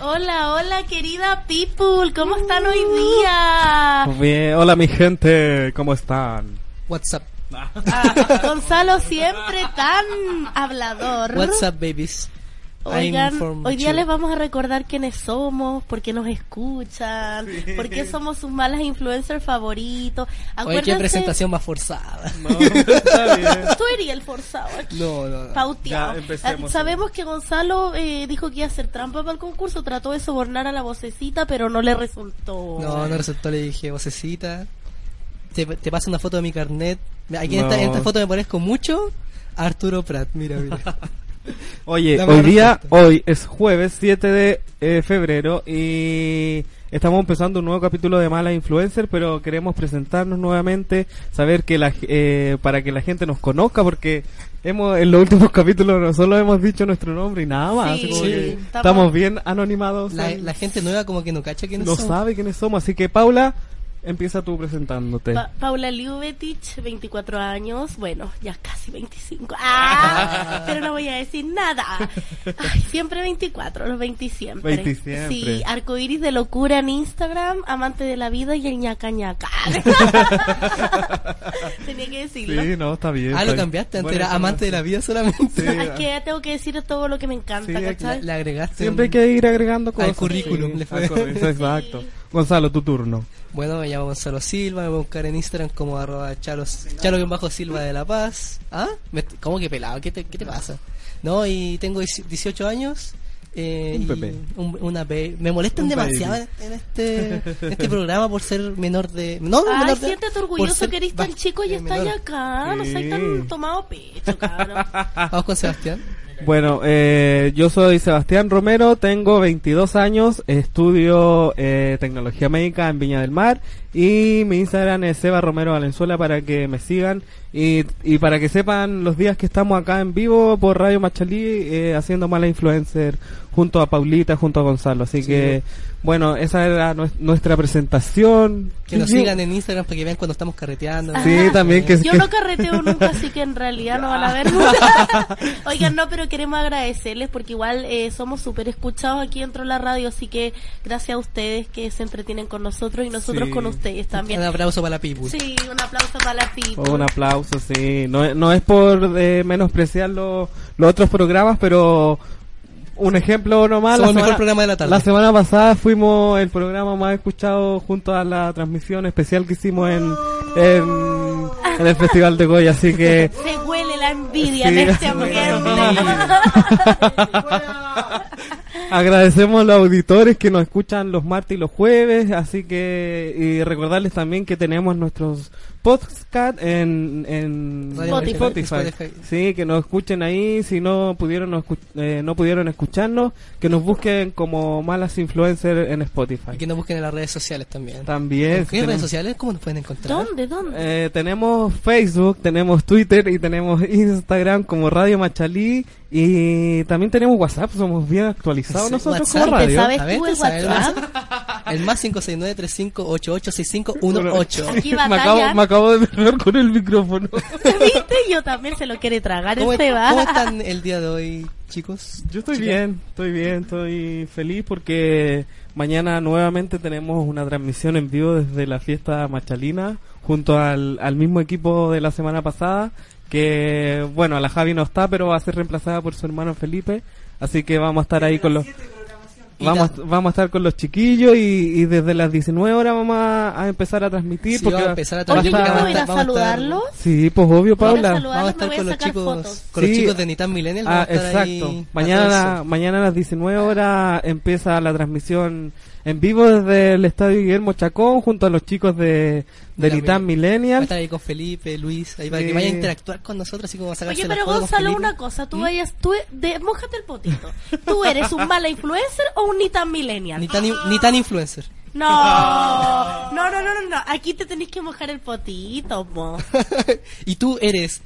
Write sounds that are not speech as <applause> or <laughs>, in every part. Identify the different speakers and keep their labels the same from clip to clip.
Speaker 1: Hola, hola, querida people, ¿cómo están hoy día?
Speaker 2: <laughs>
Speaker 3: Pues Bien, hola mi gente, ¿cómo están?
Speaker 2: WhatsApp.
Speaker 1: Ah, Gonzalo siempre tan hablador.
Speaker 2: WhatsApp, babies. I'm
Speaker 1: Oigan,
Speaker 2: from
Speaker 1: hoy día
Speaker 2: Chile.
Speaker 1: les vamos a recordar quiénes somos, por qué nos escuchan, por qué somos sus malas influencers favoritos.
Speaker 2: Oye, qué
Speaker 1: Acuérdense,
Speaker 2: presentación más forzada.
Speaker 3: No, está bien.
Speaker 1: tú eres el forzado aquí,
Speaker 2: No, no. no.
Speaker 1: pauteado.
Speaker 3: Ya, empecemos.
Speaker 1: Ah, Sabemos que Gonzalo eh, dijo que iba a hacer trampa para el concurso, trató de sobornar a la vocecita, pero no le resultó.
Speaker 2: No, no resultó, le dije, vocecita, te, te paso una foto de mi carnet. Mira, Aquí en,
Speaker 3: No.
Speaker 2: esta, en esta foto me parezco mucho a Arturo Prat,
Speaker 3: <laughs>
Speaker 2: mira, mira.
Speaker 3: Oye,
Speaker 2: Dame
Speaker 3: hoy
Speaker 2: la
Speaker 3: día,
Speaker 2: respuesta.
Speaker 3: hoy es jueves 7 de eh, febrero y estamos empezando un nuevo capítulo de Mala Influencer, pero queremos presentarnos nuevamente, saber que la, g- eh, para que la gente nos conozca, porque hemos en los últimos <laughs> capítulos no solo hemos dicho nuestro nombre y nada más,
Speaker 1: Sí,
Speaker 3: así como
Speaker 2: sí,
Speaker 3: que
Speaker 1: estamos-
Speaker 3: estamos bien anonimados,
Speaker 2: La,
Speaker 3: eh,
Speaker 2: la gente nueva como que no cacha quiénes
Speaker 3: no
Speaker 2: son.
Speaker 3: sabe quiénes somos, así que Paula, empieza tú presentándote.
Speaker 1: Pa- Paula Liubetich, 24 años, bueno, ya casi 25. ¡Ah! Pero no voy a decir nada. Ay, siempre 24, los 20 siempre.
Speaker 3: 20 siempre.
Speaker 1: Sí, arcoiris de locura en Instagram, amante de la vida y el ñaca
Speaker 3: <laughs>
Speaker 1: ñaca. Tenía que decirlo.
Speaker 3: Sí, no, está bien.
Speaker 2: Ah,
Speaker 3: está
Speaker 2: lo
Speaker 3: bien.
Speaker 2: cambiaste, antes
Speaker 3: Bueno,
Speaker 2: era
Speaker 3: eso-
Speaker 2: amante de la vida solamente.
Speaker 3: Sí.
Speaker 1: Es que tengo que decir todo lo que me encanta,
Speaker 3: Sí,
Speaker 1: ¿cachai?
Speaker 2: Le agregaste.
Speaker 3: Siempre hay
Speaker 2: un-
Speaker 3: que ir agregando cosas.
Speaker 2: currículum, le fue.
Speaker 3: al currículum, Exacto. Gonzalo, tu turno.
Speaker 2: Bueno, me llamo Gonzalo Silva, me voy a buscar en Instagram como arroba chalos, chalo-silva de la paz. ¿Ah? Me- ¿Cómo que pelado? ¿Qué te, qué te pasa? No, y tengo 18 años. eh,
Speaker 3: Un
Speaker 2: y
Speaker 3: bebé.
Speaker 2: un- una be- Me molestan
Speaker 3: Un
Speaker 2: demasiado
Speaker 3: baby.
Speaker 2: en este, en este programa por ser menor de... No,
Speaker 1: Ay,
Speaker 2: menor de-
Speaker 1: siéntete
Speaker 2: por
Speaker 1: orgulloso
Speaker 2: ser
Speaker 1: que eres tan
Speaker 2: bas-
Speaker 1: chico y
Speaker 2: eh,
Speaker 1: estás
Speaker 2: menor.
Speaker 1: acá. No soy tan
Speaker 3: Sí.
Speaker 1: tomado pecho, cabrón.
Speaker 2: Ah. Vamos con Sebastián.
Speaker 3: Bueno, eh, yo soy Sebastián Romero, tengo 22 años, estudio eh, tecnología médica en Viña del Mar y mi Instagram es Seba Romero Valenzuela para que me sigan y, y para que sepan los días que estamos acá en vivo por Radio Machalí eh, haciendo mala influencer junto a Paulita, junto a Gonzalo. Así que, bueno, esa era nues- nuestra presentación.
Speaker 2: Que nos
Speaker 3: Y-
Speaker 2: sigan en Instagram para que vean cuando estamos carreteando.
Speaker 1: Ah,
Speaker 3: Sí, también que,
Speaker 1: Yo
Speaker 3: que-
Speaker 1: no carreteo nunca, así que en realidad no van a ver
Speaker 3: <laughs>
Speaker 1: mucho. Oigan, no, pero queremos agradecerles porque igual eh, somos súper escuchados aquí dentro de la radio, así que gracias a ustedes que se entretienen con nosotros y nosotros
Speaker 3: Sí.
Speaker 1: con ustedes también.
Speaker 2: Un aplauso para la people.
Speaker 1: Sí, un aplauso para la people.
Speaker 3: Un aplauso, sí. No, no es por eh, menospreciar lo- los otros programas, pero un ejemplo nomás.
Speaker 2: Somos el mejor programa de la tarde.
Speaker 3: semana pasada fuimos el programa más escuchado junto a la transmisión especial que hicimos en, en, en el Festival de Goya, así que...
Speaker 1: Se huele la envidia
Speaker 3: Sí.
Speaker 1: en este
Speaker 3: <laughs>
Speaker 1: ambiente.
Speaker 3: Agradecemos a los auditores que nos escuchan los martes y los jueves, así que y recordarles también que tenemos nuestros podcast en, en
Speaker 2: Radio
Speaker 3: Spotify.
Speaker 2: Spotify. Spotify.
Speaker 3: Sí, que nos escuchen ahí, si no pudieron no escu- eh, no pudieron escucharnos, que nos busquen como malas influencers en Spotify.
Speaker 2: Y que nos busquen en las redes sociales también.
Speaker 3: También
Speaker 2: ¿En qué redes
Speaker 3: tenemos-
Speaker 2: sociales? ¿Cómo nos pueden encontrar?
Speaker 1: <laughs> ¿Dónde? ¿Dónde?
Speaker 3: eh, tenemos Facebook, tenemos Twitter y tenemos Instagram como Radio Machalí y también tenemos WhatsApp, somos bien actualizados
Speaker 2: Sí,
Speaker 3: nosotros
Speaker 2: WhatsApp.
Speaker 3: como
Speaker 1: ¿Te
Speaker 3: radio.
Speaker 1: sabes
Speaker 2: A ver,
Speaker 1: tú
Speaker 2: ¿te
Speaker 1: el
Speaker 2: sabes el
Speaker 1: WhatsApp?
Speaker 2: <laughs> El más
Speaker 1: <laughs>
Speaker 2: 569-3588-6518.
Speaker 1: Aquí
Speaker 3: <laughs> me,
Speaker 1: batalla.
Speaker 3: acabo, me acabo de perder con el micrófono.
Speaker 1: <laughs> ¿Viste? Yo también se lo quiere tragar
Speaker 2: ¿Cómo,
Speaker 1: el Seba.
Speaker 2: cómo están el día de hoy, chicos?
Speaker 3: <laughs> Yo estoy bien, estoy bien, estoy feliz porque mañana nuevamente tenemos una transmisión en vivo desde la fiesta machalina junto al, al mismo equipo de la semana pasada que, bueno, la Javi no está, pero va a ser reemplazada por su hermano Felipe, así que vamos a estar ahí con los... Vamos, a- vamos a estar con los chiquillos y, y desde las 19 horas vamos a, a empezar a transmitir.
Speaker 2: Sí,
Speaker 3: porque
Speaker 2: vamos a empezar a
Speaker 1: Oye, yo puedo
Speaker 3: va a estar-
Speaker 1: ir a
Speaker 2: Vamos a estar-
Speaker 1: saludarlos.
Speaker 3: Sí, pues obvio,
Speaker 1: Voy a
Speaker 3: Paula.
Speaker 1: saludar.
Speaker 2: Vamos a
Speaker 1: me
Speaker 2: estar
Speaker 1: voy a
Speaker 2: con los
Speaker 1: sacar
Speaker 2: chicos,
Speaker 1: fotos.
Speaker 2: con los
Speaker 3: Sí.
Speaker 2: chicos de Nitan Millennial.
Speaker 3: Ah,
Speaker 2: vamos a estar ahí
Speaker 3: exacto.
Speaker 2: a todo
Speaker 3: Mañana,
Speaker 2: eso.
Speaker 3: mañana a las 19 horas empieza la transmisión en vivo desde el Estadio Guillermo Chacón junto a los chicos de, de
Speaker 2: Mira,
Speaker 3: Litán
Speaker 2: Va a
Speaker 3: Millennial.
Speaker 2: estar ahí con Felipe, Luis, ahí para
Speaker 3: Sí.
Speaker 2: que vayan a interactuar con nosotros, así como a sacarse
Speaker 1: Oye,
Speaker 2: la
Speaker 1: pero
Speaker 2: foto con
Speaker 1: Gonzalo,
Speaker 2: Felipe.
Speaker 1: una cosa,
Speaker 2: ¿Mm?
Speaker 1: tú vayas, tú, e, de, mójate el potito. ¿Tú eres un mala influencer o un Nitan Millennial?
Speaker 2: Ni tan, in- ni tan influencer. <laughs>
Speaker 1: No, no, no, no, no, no. aquí te tenés que mojar el potito, po.
Speaker 2: ¿Y tú eres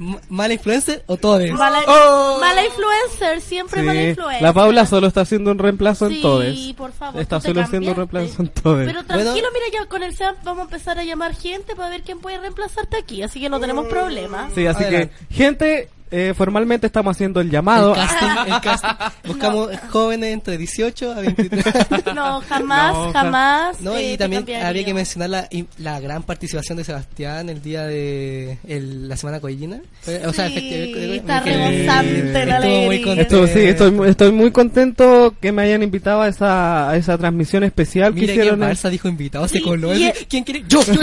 Speaker 2: m- mala influencer o todo eres?
Speaker 1: Mala,
Speaker 2: Oh.
Speaker 1: mala influencer, siempre mala
Speaker 3: Sí.
Speaker 1: influencer.
Speaker 3: La Paula solo está haciendo un reemplazo en
Speaker 1: Sí,
Speaker 3: todos.
Speaker 1: por favor,
Speaker 3: Está
Speaker 1: tú te
Speaker 3: solo haciendo un
Speaker 1: cambiaste.
Speaker 3: reemplazo en todos.
Speaker 1: Pero tranquilo,
Speaker 2: Bueno.
Speaker 1: mira, ya con el SEAM vamos a
Speaker 2: Oh.
Speaker 1: empezar a llamar gente para ver quién puede reemplazarte aquí, así que no tenemos problema.
Speaker 3: Sí, así
Speaker 2: Adelante.
Speaker 3: que, gente, eh, formalmente estamos haciendo el llamado. Ah,
Speaker 2: El casting, <laughs> el
Speaker 1: <laughs>
Speaker 2: casting. Buscamos jóvenes entre 18 a 23.
Speaker 1: <laughs> No, jamás,
Speaker 3: No, ja-
Speaker 1: jamás.
Speaker 2: No,
Speaker 1: eh,
Speaker 2: y
Speaker 1: te
Speaker 2: también
Speaker 1: cambiaría.
Speaker 2: habría que mencionar la, y- la gran participación de Sebastián el día de el- la semana collina. O sea,
Speaker 1: Sí,
Speaker 2: efectivamente,
Speaker 1: está
Speaker 2: que-
Speaker 1: rebosante la
Speaker 2: Estuvo muy
Speaker 1: alegría.
Speaker 2: contento.
Speaker 3: Esto, sí, estoy, mu- estoy muy contento que me hayan invitado a esa, a esa transmisión especial que
Speaker 2: Mira que
Speaker 3: hicieron. en-
Speaker 2: Barça dijo invitado, se
Speaker 1: Y-
Speaker 2: coló.
Speaker 1: y-
Speaker 2: él- ¿Quién quiere? Yo.
Speaker 1: No,
Speaker 2: <laughs>
Speaker 1: sí, no,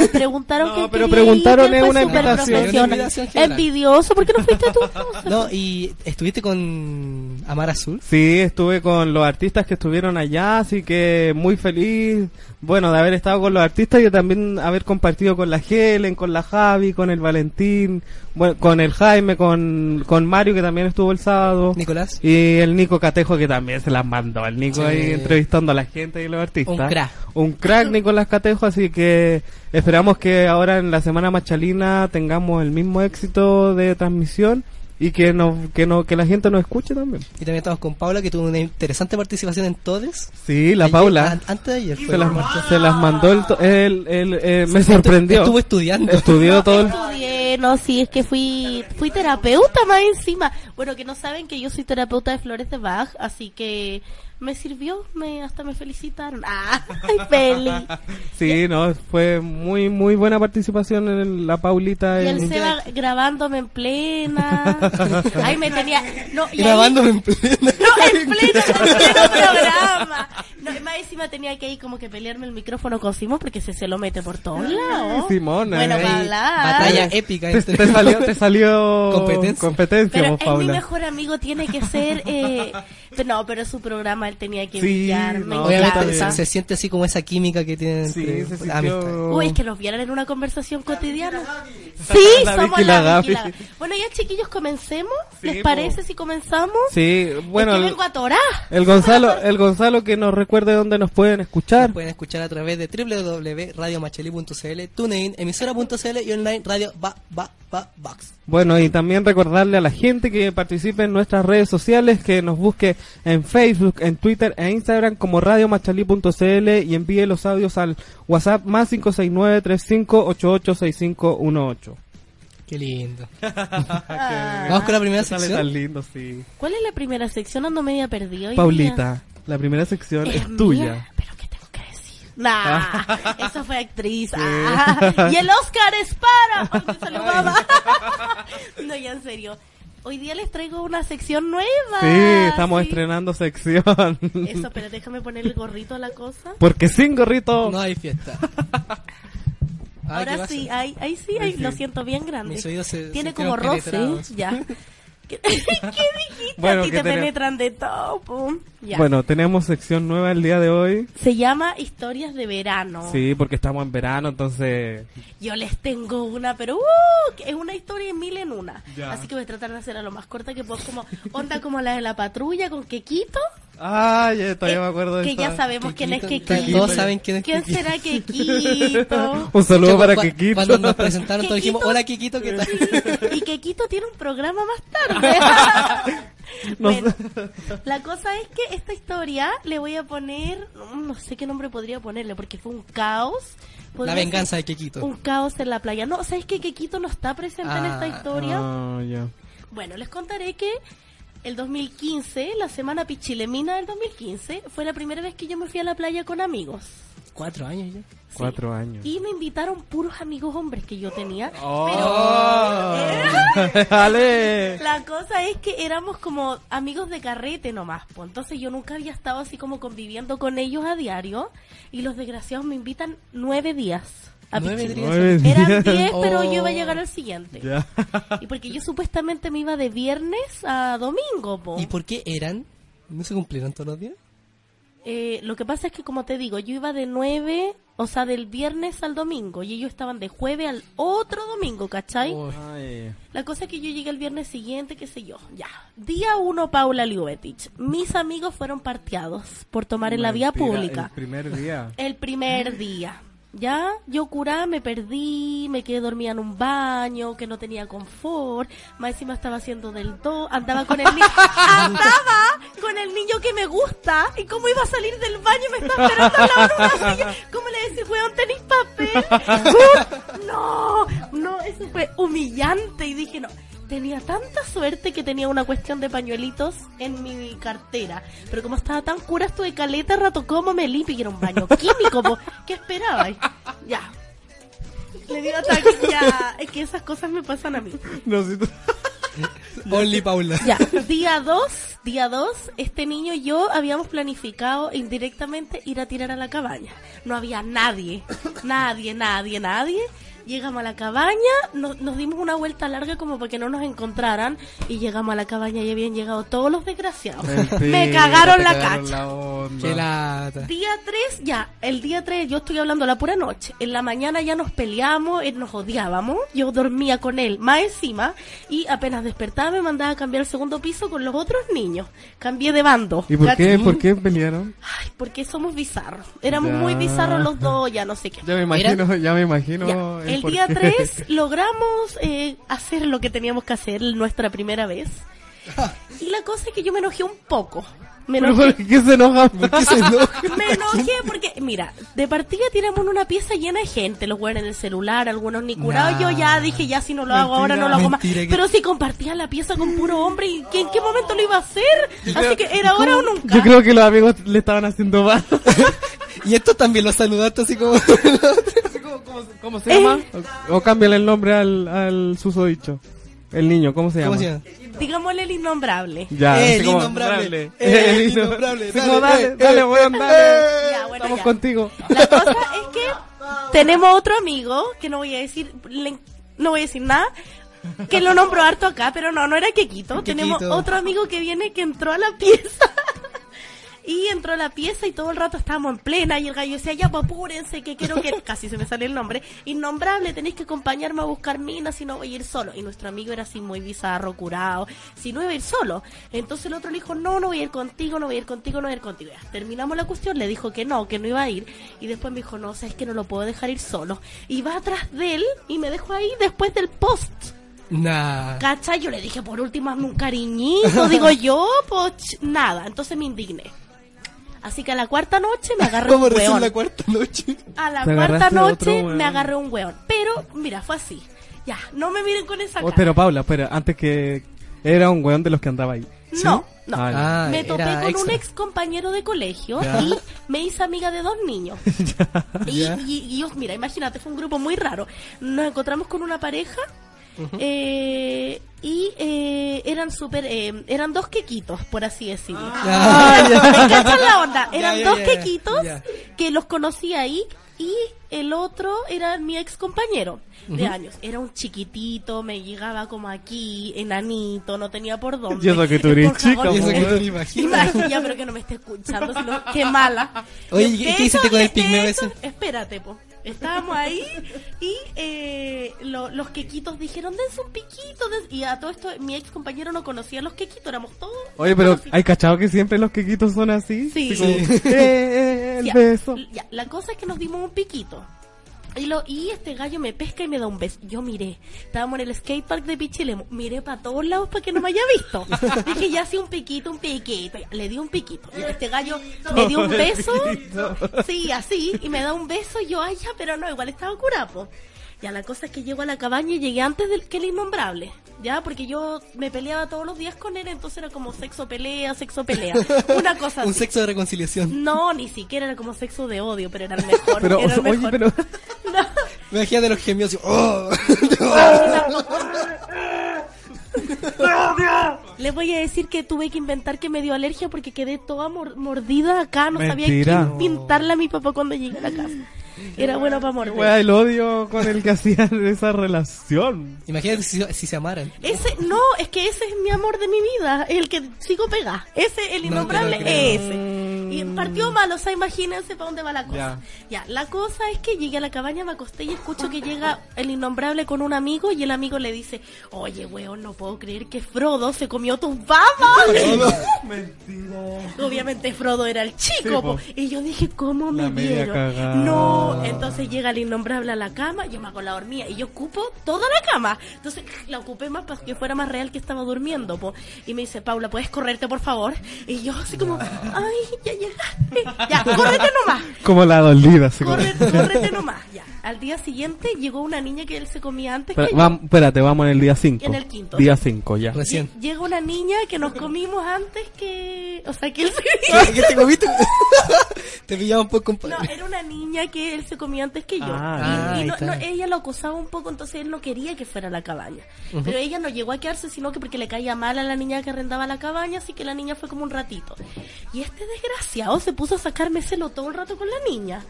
Speaker 1: no. Preguntaron
Speaker 3: No,
Speaker 1: que
Speaker 3: pero preguntaron, es una invitación.
Speaker 2: Una invitación general.
Speaker 1: Envidioso, ¿por qué no fuiste
Speaker 3: <laughs>
Speaker 1: tú?
Speaker 2: No, y estuviste con Amar Azul.
Speaker 3: Sí, estuve con los artistas que estuvieron allá, así que muy feliz, bueno, de haber estado con los artistas y de también haber compartido con la Helen, con la Javi, con el Valentín, bueno, con el Jaime, con, con Mario que también estuvo el sábado.
Speaker 2: Nicolás.
Speaker 3: Y el Nico Catejo que también se las mandó, el Nico
Speaker 2: Sí.
Speaker 3: ahí entrevistando a la gente y los artistas.
Speaker 2: Un crack.
Speaker 3: Un crack Nicolás Catejo, así que esperamos que ahora en la semana machalina tengamos el mismo éxito de transmisión y que nos, que no, que la gente nos escuche también.
Speaker 2: Y también estamos con Paula, que tuvo una interesante participación en Todes.
Speaker 3: Sí, la
Speaker 2: Ayer-
Speaker 3: Paula
Speaker 2: an- antes de ayer.
Speaker 3: se las, se las mandó el, to- el, el- eh, me sorprendió.
Speaker 2: Estuvo estudiando.
Speaker 3: Estudió todo el,
Speaker 1: Estudié, no, sí, es que fui fui terapeuta más encima. Bueno, que no saben que yo soy terapeuta de flores de Bach, así que me sirvió, me hasta me felicitaron. <laughs> ¡Ah! ¡Ay, Feli!
Speaker 3: sí, no, fue muy, muy buena participación en el- la Paulita.
Speaker 1: Y
Speaker 3: en-
Speaker 1: el Seba grabándome en
Speaker 3: <laughs>
Speaker 1: plena. Ahí me tenía. No, y ahí-
Speaker 2: Grabándome en plena.
Speaker 1: No, en pleno, en pleno programa. No, y más encima tenía que ir como que pelearme el micrófono con Simón porque se, se lo mete por todos lados.
Speaker 3: Simona.
Speaker 1: Bueno,
Speaker 3: Ahí,
Speaker 1: para hablar.
Speaker 2: Batalla épica.
Speaker 3: te, te salió, te salió
Speaker 2: Competencia.
Speaker 3: competencia,
Speaker 1: Pero
Speaker 3: vos,
Speaker 1: es mi
Speaker 3: Paula.
Speaker 1: mejor amigo tiene que ser. Eh, pero no, pero su programa él tenía que
Speaker 3: Sí,
Speaker 1: brillar. Me
Speaker 3: no,
Speaker 2: Obviamente
Speaker 3: claro.
Speaker 1: encanta.
Speaker 2: se, se siente así como esa química que tienen
Speaker 3: Sí, se
Speaker 2: entre amistades.
Speaker 3: sintió...
Speaker 1: Uy, es que los vieran en una conversación cotidiana. Sí,
Speaker 3: La
Speaker 1: somos
Speaker 3: Vicky y la
Speaker 1: la Vicky y
Speaker 3: Gaby.
Speaker 1: la Gaby. Bueno, ya chiquillos, comencemos.
Speaker 3: Sí,
Speaker 1: ¿Les
Speaker 3: po.
Speaker 1: parece si comenzamos?
Speaker 3: Sí, bueno,
Speaker 1: es que
Speaker 3: el,
Speaker 1: vengo a Torá.
Speaker 3: el Gonzalo, el Gonzalo que nos recuerde dónde nos pueden escuchar.
Speaker 2: Nos Pueden escuchar a través de www.radiomacheli.cl, TuneIn, emisora.cl y online radio ba, ba, ba, box.
Speaker 3: Bueno, y también recordarle a la gente que participe en nuestras redes sociales, que nos busque en Facebook, en Twitter e Instagram como radiomachalí.cl y envíe los audios al WhatsApp más 569-3588-6518.
Speaker 2: Qué
Speaker 3: <laughs>
Speaker 2: lindo.
Speaker 1: Ah.
Speaker 2: Vamos con la primera
Speaker 3: Sale
Speaker 2: sección.
Speaker 3: tan lindo, sí.
Speaker 1: ¿Cuál es la primera sección? Ando media perdido.
Speaker 3: Paulita, la primera sección es, tuya.
Speaker 1: Pero ¿qué tengo que decir? Nah, eso fue actriz. Ah, y el Oscar es para. Porque se lo daba. <laughs> no, ya en serio. Hoy día les traigo una sección nueva.
Speaker 3: Sí, estamos
Speaker 1: Ah,
Speaker 3: <laughs>
Speaker 1: Sí.
Speaker 3: estrenando sección. <laughs>
Speaker 1: Eso, pero déjame poner el gorrito a la cosa.
Speaker 3: Porque sin gorrito...
Speaker 2: No hay
Speaker 3: <laughs>
Speaker 2: fiesta. Ay, ¿qué
Speaker 1: Ahora
Speaker 2: pasa?
Speaker 1: sí, ahí, ahí sí, ahí,
Speaker 3: Sí.
Speaker 1: lo siento bien grande.
Speaker 2: Mis oídos se
Speaker 1: Tiene
Speaker 2: sintieron
Speaker 1: como roce,
Speaker 2: penetrados.
Speaker 1: <laughs> ya. ¿Qué, <laughs> qué dijiste?
Speaker 3: Bueno,
Speaker 1: a ti
Speaker 3: que
Speaker 1: te
Speaker 3: tenemos-
Speaker 1: penetran de todo, pum. Ya.
Speaker 3: Bueno, tenemos sección nueva el día de hoy.
Speaker 1: Se llama Historias de Verano.
Speaker 3: Sí, porque estamos en verano, entonces...
Speaker 1: Yo les tengo una, pero ¡uh! que es una historia en mil en una.
Speaker 3: Ya.
Speaker 1: Así que voy a tratar de hacerla lo más corta que puedo, como onda como la de la patrulla con Quequito.
Speaker 3: Ah, ya todavía
Speaker 1: eh,
Speaker 3: me acuerdo de
Speaker 1: Que ya
Speaker 3: esa.
Speaker 1: sabemos quién es
Speaker 2: Quequito,
Speaker 1: Quequito.
Speaker 2: Todos saben quién es
Speaker 1: ¿Quién
Speaker 2: Quequito.
Speaker 1: será Quequito?
Speaker 3: <laughs> Un saludo
Speaker 2: Che,
Speaker 3: para
Speaker 2: cu-
Speaker 3: Kikito.
Speaker 2: Cuando nos presentaron todos dijimos,
Speaker 1: Kikito.
Speaker 2: hola Kikito, ¿qué <laughs> tal?
Speaker 1: Y que Quito tiene un programa más tarde.
Speaker 3: No
Speaker 1: Bueno,
Speaker 3: sé.
Speaker 1: la cosa es que esta historia le voy a poner, no no sé qué nombre podría ponerle, porque fue un caos.
Speaker 2: La
Speaker 1: Podría
Speaker 2: venganza de
Speaker 1: ser
Speaker 2: Kikito.
Speaker 1: Un caos en la playa. No, ¿sabes que Quito no está presente en esta
Speaker 2: Ah,
Speaker 1: historia?
Speaker 3: <laughs> Ah, ya.
Speaker 1: Bueno, les contaré que el 2015, la semana pichilemina del 2015, fue la primera vez que yo me fui a la playa con amigos.
Speaker 2: Cuatro años ya.
Speaker 1: Sí.
Speaker 3: Cuatro años.
Speaker 1: Y me invitaron puros amigos hombres que yo tenía.
Speaker 3: Oh. <laughs> ¡Ale!
Speaker 1: <laughs> La cosa es que éramos como amigos de carrete nomás, po. entonces yo nunca había estado así como conviviendo con ellos a diario y los desgraciados me invitan nueve días. A
Speaker 2: Nueve
Speaker 1: Pichile.
Speaker 2: días.
Speaker 3: Nueve
Speaker 1: Eran
Speaker 3: días.
Speaker 1: diez, pero
Speaker 2: Oh.
Speaker 1: yo iba a llegar al siguiente.
Speaker 3: <laughs> Ya.
Speaker 1: Y porque yo supuestamente me iba de viernes a domingo, po.
Speaker 2: ¿Y por qué eran? ¿No se cumplieron todos los días?
Speaker 1: Eh, lo que pasa es que como te digo, yo iba de nueve, o sea, del viernes al domingo y ellos estaban de jueves al otro domingo, ¿cachai?
Speaker 2: Oh,
Speaker 3: Ay.
Speaker 1: La cosa es que yo llegué el viernes siguiente, qué sé yo, ya. Día uno, Paula Liubetich. Mis amigos fueron parteados por tomar en la vía
Speaker 3: Mentira,
Speaker 1: pública.
Speaker 3: El primer día.
Speaker 1: El primer día. Ya, yo curada, me perdí, me quedé dormida en un baño, que no tenía confort, más encima estaba haciendo del do, andaba con el niño, andaba con el niño que me gusta, y cómo iba a salir del baño y me estaba esperando al lado de una silla, ¿cómo le decís, weón, tenéis papel? ¡Uh! No, no, eso fue humillante, y dije, no, tenía tanta suerte que tenía una cuestión de pañuelitos en mi cartera. Pero como estaba tan cura, estuve caleta rato como me limpio y era un baño químico. po. ¿Qué esperaba? Ya. Le dio ataque, ya. <laughs> Es que esas cosas me pasan a mí.
Speaker 3: <laughs> No, si tú-
Speaker 2: Only Paula.
Speaker 1: Ya, día 2, día 2, este niño y yo habíamos planificado indirectamente ir a tirar a la cabaña. No había nadie, nadie, nadie, nadie. Llegamos a la cabaña, no- nos dimos una vuelta larga como para que no nos encontraran y llegamos a la cabaña y habían llegado todos los desgraciados. Me
Speaker 3: Mentira,
Speaker 1: cagaron
Speaker 3: te
Speaker 1: la
Speaker 3: cagaron
Speaker 1: cacha.
Speaker 3: la onda.
Speaker 2: Qué lata.
Speaker 1: Día 3, ya, el día 3, yo estoy hablando la pura noche. En la mañana ya nos peleamos, eh, nos odiábamos. Yo dormía con él más encima y apenas despertaba me mandaba a cambiar el segundo piso con los otros niños. Cambié de bando.
Speaker 3: ¿Y por qué,
Speaker 1: ¿cachai?
Speaker 3: por qué pelearon?
Speaker 1: Ay, porque somos bizarros. Éramos
Speaker 3: Ya.
Speaker 1: muy bizarros los dos, ya no sé qué.
Speaker 3: Ya me imagino, ya me imagino.
Speaker 1: Ya, El
Speaker 3: por
Speaker 1: día
Speaker 3: qué.
Speaker 1: 3 logramos eh, hacer lo que teníamos que hacer nuestra primera vez. Y la cosa es que yo me enojé un poco. Me
Speaker 3: <laughs> Ah. ¿Pero
Speaker 1: enojé
Speaker 3: por qué se enoja?
Speaker 1: Me enojé porque, mira, de partida tiramos una pieza llena de gente, los weones en el celular, algunos ni curados.
Speaker 2: Nah.
Speaker 1: Yo ya dije, ya si no lo hago
Speaker 3: Mentira,
Speaker 1: ahora, no lo hago más.
Speaker 2: mentira que-
Speaker 1: Pero si compartía la pieza con puro hombre, ¿y que en qué momento lo iba a hacer? Así que era ahora o nunca.
Speaker 3: Yo creo que los amigos le estaban haciendo mal.
Speaker 2: <laughs> Y esto también lo saludaste así como. <laughs>
Speaker 3: ¿Cómo, se
Speaker 1: Eh. llama?
Speaker 3: O, o cámbiale el nombre al, al susodicho. El niño, ¿cómo se llama?
Speaker 2: ¿Cómo se llama?
Speaker 1: Digámosle el innombrable.
Speaker 3: Ya,
Speaker 2: El
Speaker 3: así como,
Speaker 2: innombrable.
Speaker 3: dale.
Speaker 2: El
Speaker 3: <laughs> El inno-
Speaker 2: innombrable,
Speaker 3: así como,
Speaker 2: dale,
Speaker 3: Dale,
Speaker 2: eh,
Speaker 3: dale,
Speaker 2: eh,
Speaker 3: weón, dale.
Speaker 1: Ya, bueno,
Speaker 3: Estamos
Speaker 1: ya.
Speaker 3: contigo.
Speaker 1: La cosa es que tenemos otro amigo, que no voy a decir, le- no voy a decir nada, que lo nombro harto acá, pero no, no era Quequito.
Speaker 2: Quequito.
Speaker 1: Tenemos otro amigo que viene que entró a la pieza. <laughs> Y entró a la pieza y todo el rato estábamos en plena y el gallo decía, ya, pues apúrense, que quiero que... Casi se me sale el nombre. Innombrable, tenéis que acompañarme a buscar minas si no voy a ir solo. Y nuestro amigo era así muy bizarro, curado, si no iba a ir solo. Entonces el otro le dijo, no, no voy a ir contigo, no voy a ir contigo, no voy a ir contigo. Ya, terminamos la cuestión, le dijo que no, que no iba a ir. Y después me dijo, no, sabes que no lo puedo dejar ir solo. Y va atrás de él y me dejó ahí después del post.
Speaker 2: Nah.
Speaker 1: ¿Cachai? Yo le dije, por último, hazme un cariñito.
Speaker 2: <laughs>
Speaker 1: Digo yo, pues nada. Entonces me indigné. Así que a la cuarta noche me agarré un
Speaker 2: Como recién
Speaker 1: hueón.
Speaker 2: la cuarta noche.
Speaker 1: A la
Speaker 3: Te
Speaker 1: cuarta
Speaker 3: agarraste otro
Speaker 1: noche
Speaker 3: hueón.
Speaker 1: me agarré un hueón. Pero, mira, fue así. Ya, no me miren con esa
Speaker 3: Oh,
Speaker 1: cara.
Speaker 3: pero Paula, espera, antes que era un weón de los que andaba ahí. <laughs>
Speaker 1: No, no.
Speaker 3: Ah,
Speaker 2: Ah,
Speaker 1: me topé
Speaker 2: era
Speaker 1: con un
Speaker 2: extra.
Speaker 1: ex compañero de colegio
Speaker 2: Ya.
Speaker 1: y me hice amiga de dos
Speaker 3: <laughs>
Speaker 1: niños. y,
Speaker 2: <laughs> Ya.
Speaker 1: y- y yo- mira, imagínate, fue un grupo muy raro. Nos encontramos con una pareja eh, y eh, eran súper, eh, eran dos quequitos, por así decirlo.
Speaker 2: Ah,
Speaker 1: <laughs>
Speaker 2: ya. <laughs>
Speaker 1: Me encanta la onda.
Speaker 2: Ya,
Speaker 1: Eran
Speaker 2: ya,
Speaker 1: dos
Speaker 2: ya, ya.
Speaker 1: quequitos
Speaker 2: Ya.
Speaker 1: que los conocí ahí y el otro era mi ex compañero de años. Era un chiquitito, me llegaba como aquí, enanito, no tenía
Speaker 2: <laughs>
Speaker 1: por dónde.
Speaker 3: Y eso que tú eres
Speaker 1: Por favor,
Speaker 3: chica,
Speaker 2: Y eso que
Speaker 1: eh,
Speaker 2: no me imagino.
Speaker 1: Imagina, pero que no me esté escuchando, sino qué mala.
Speaker 2: Oye,
Speaker 1: De
Speaker 2: ¿y qué hiciste con el
Speaker 1: de
Speaker 2: pigmeo
Speaker 1: hecho,
Speaker 2: ese?
Speaker 1: Espérate, po. Estábamos ahí y eh, lo- los quequitos dijeron, dense un piquito. den-". Y a todo esto, mi ex compañero no conocía a los quequitos, éramos todos.
Speaker 3: Oye, pero
Speaker 1: conocidos.
Speaker 3: ¿hay cachado que siempre los quequitos son así?
Speaker 1: Sí.
Speaker 3: Así
Speaker 1: <laughs>
Speaker 3: como,
Speaker 2: Sí.
Speaker 3: eh, eh, el
Speaker 1: Ya,
Speaker 3: beso.
Speaker 1: l- ya, la cosa es que nos dimos un piquito. Y, lo, y este gallo me pesca y me da un beso. Yo miré. Estábamos en el skatepark de Pichilemu. Miré para todos lados para que no me haya visto. Dije, ya sí, un piquito, un piquito. Ya, Le di un piquito. Y este gallo me dio un beso. Sí, así. Y me da un beso. Y yo, ay, ya, pero no, igual estaba curapo. Ya, la cosa es que llego a la cabaña y llegué antes del que el innombrable. Ya, porque yo me peleaba todos los días con él. Entonces era como sexo pelea, sexo pelea. Una cosa
Speaker 2: <laughs> Un
Speaker 1: así.
Speaker 2: sexo de reconciliación.
Speaker 1: No, ni siquiera era como sexo de odio, pero era el mejor.
Speaker 3: Pero,
Speaker 1: era el
Speaker 3: oye,
Speaker 1: mejor. <laughs>
Speaker 3: pero-
Speaker 1: No,
Speaker 2: Me imagino de los gemidos. y- ¡Oh! <laughs>
Speaker 1: les voy a decir que tuve que inventar que me dio alergia porque quedé toda mor- mordida acá. No
Speaker 3: Mentira.
Speaker 1: sabía quién pintarla a mi papá cuando llegué a la casa. Era bueno para
Speaker 3: Qué
Speaker 1: morder.
Speaker 3: wea, el odio con el que <laughs> hacían esa relación.
Speaker 2: Imagínate si, si se amaran.
Speaker 1: Ese, no, es que ese es mi amor de mi vida, el que sigo pegada. Ese, el
Speaker 2: No te lo
Speaker 1: innombrable,
Speaker 2: creo.
Speaker 1: ese. Y partió mal, o sea, imagínense para dónde va la cosa. Ya. la cosa es que llegué a la cabaña, me acosté y escucho que llega el innombrable con un amigo y el amigo le dice, oye, weón, no puedo creer que Frodo se comió tus babas. Obviamente Frodo era el chico.
Speaker 3: Sí, po.
Speaker 1: po. Y yo dije, ¿cómo me
Speaker 3: La media
Speaker 1: vieron?
Speaker 3: cagada.
Speaker 1: No, entonces llega el innombrable a la cama, yo me hago la dormida y yo ocupo toda la cama. Entonces la ocupé más para que fuera más real que estaba durmiendo. po. Y me dice, Paula, ¿puedes correrte por favor? Y yo así como, ay, ya llegaste. Ya, córrete nomás.
Speaker 3: Como la dolida, así como.
Speaker 1: Corre, córrete nomás, ya. Al día siguiente llegó una niña que él se comía antes
Speaker 3: Espera,
Speaker 1: que yo.
Speaker 3: vam- espérate, vamos en el día 5.
Speaker 1: En el quinto.
Speaker 3: Día 5, ya.
Speaker 2: Recién.
Speaker 1: Llega una niña que nos comimos antes que... O sea, que
Speaker 3: <laughs>
Speaker 1: él se...
Speaker 2: ¿Qué te comiste? <laughs> te pillamos por compadre.
Speaker 1: No, era una niña que él se comía antes que yo.
Speaker 3: Ah,
Speaker 1: y
Speaker 2: ahí
Speaker 1: y no-
Speaker 2: está.
Speaker 1: no, ella lo acosaba un poco, entonces él no quería que fuera a la cabaña. Pero ella no llegó a quedarse, sino que porque le caía mal a la niña que arrendaba la cabaña, así que la niña fue como un ratito. Y este desgraciado se puso a sacarme celo todo el rato con la niña.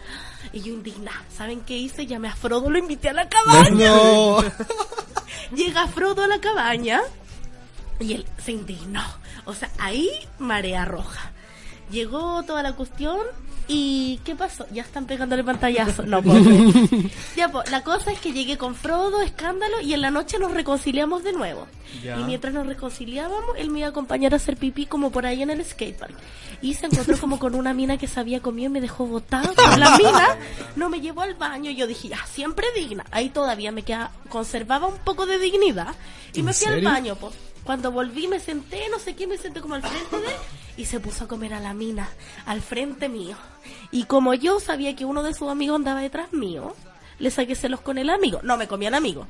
Speaker 1: Y yo indignada, ¿saben qué hice? Llamé a Frodo, lo invité a la
Speaker 2: <laughs>
Speaker 1: cabaña.
Speaker 2: No.
Speaker 1: Llega Frodo a la cabaña y él se indignó. O sea, ahí marea roja. Llegó toda la cuestión y ¿qué pasó? Ya están pegándole pantallazo. No, pobre. ya, po, la cosa es que llegué con Frodo, escándalo, y en la noche nos reconciliamos de nuevo.
Speaker 3: Ya.
Speaker 1: Y mientras nos reconciliábamos, él me iba a acompañar a hacer pipí como por ahí en el skatepark. Y se encontró como con una mina que se había comido y me dejó botada con la mina. No me llevó al baño y yo dije, ya, siempre digna. Ahí todavía me queda, conservaba un poco de dignidad. Y
Speaker 2: ¿En
Speaker 1: me fui al
Speaker 2: serio?
Speaker 1: baño, po. Cuando volví me senté, no sé qué, me senté como al frente de él y se puso a comer a la mina, al frente mío. Y como yo sabía que uno de sus amigos andaba detrás mío, le saqué celos con el amigo. No, me comía al amigo.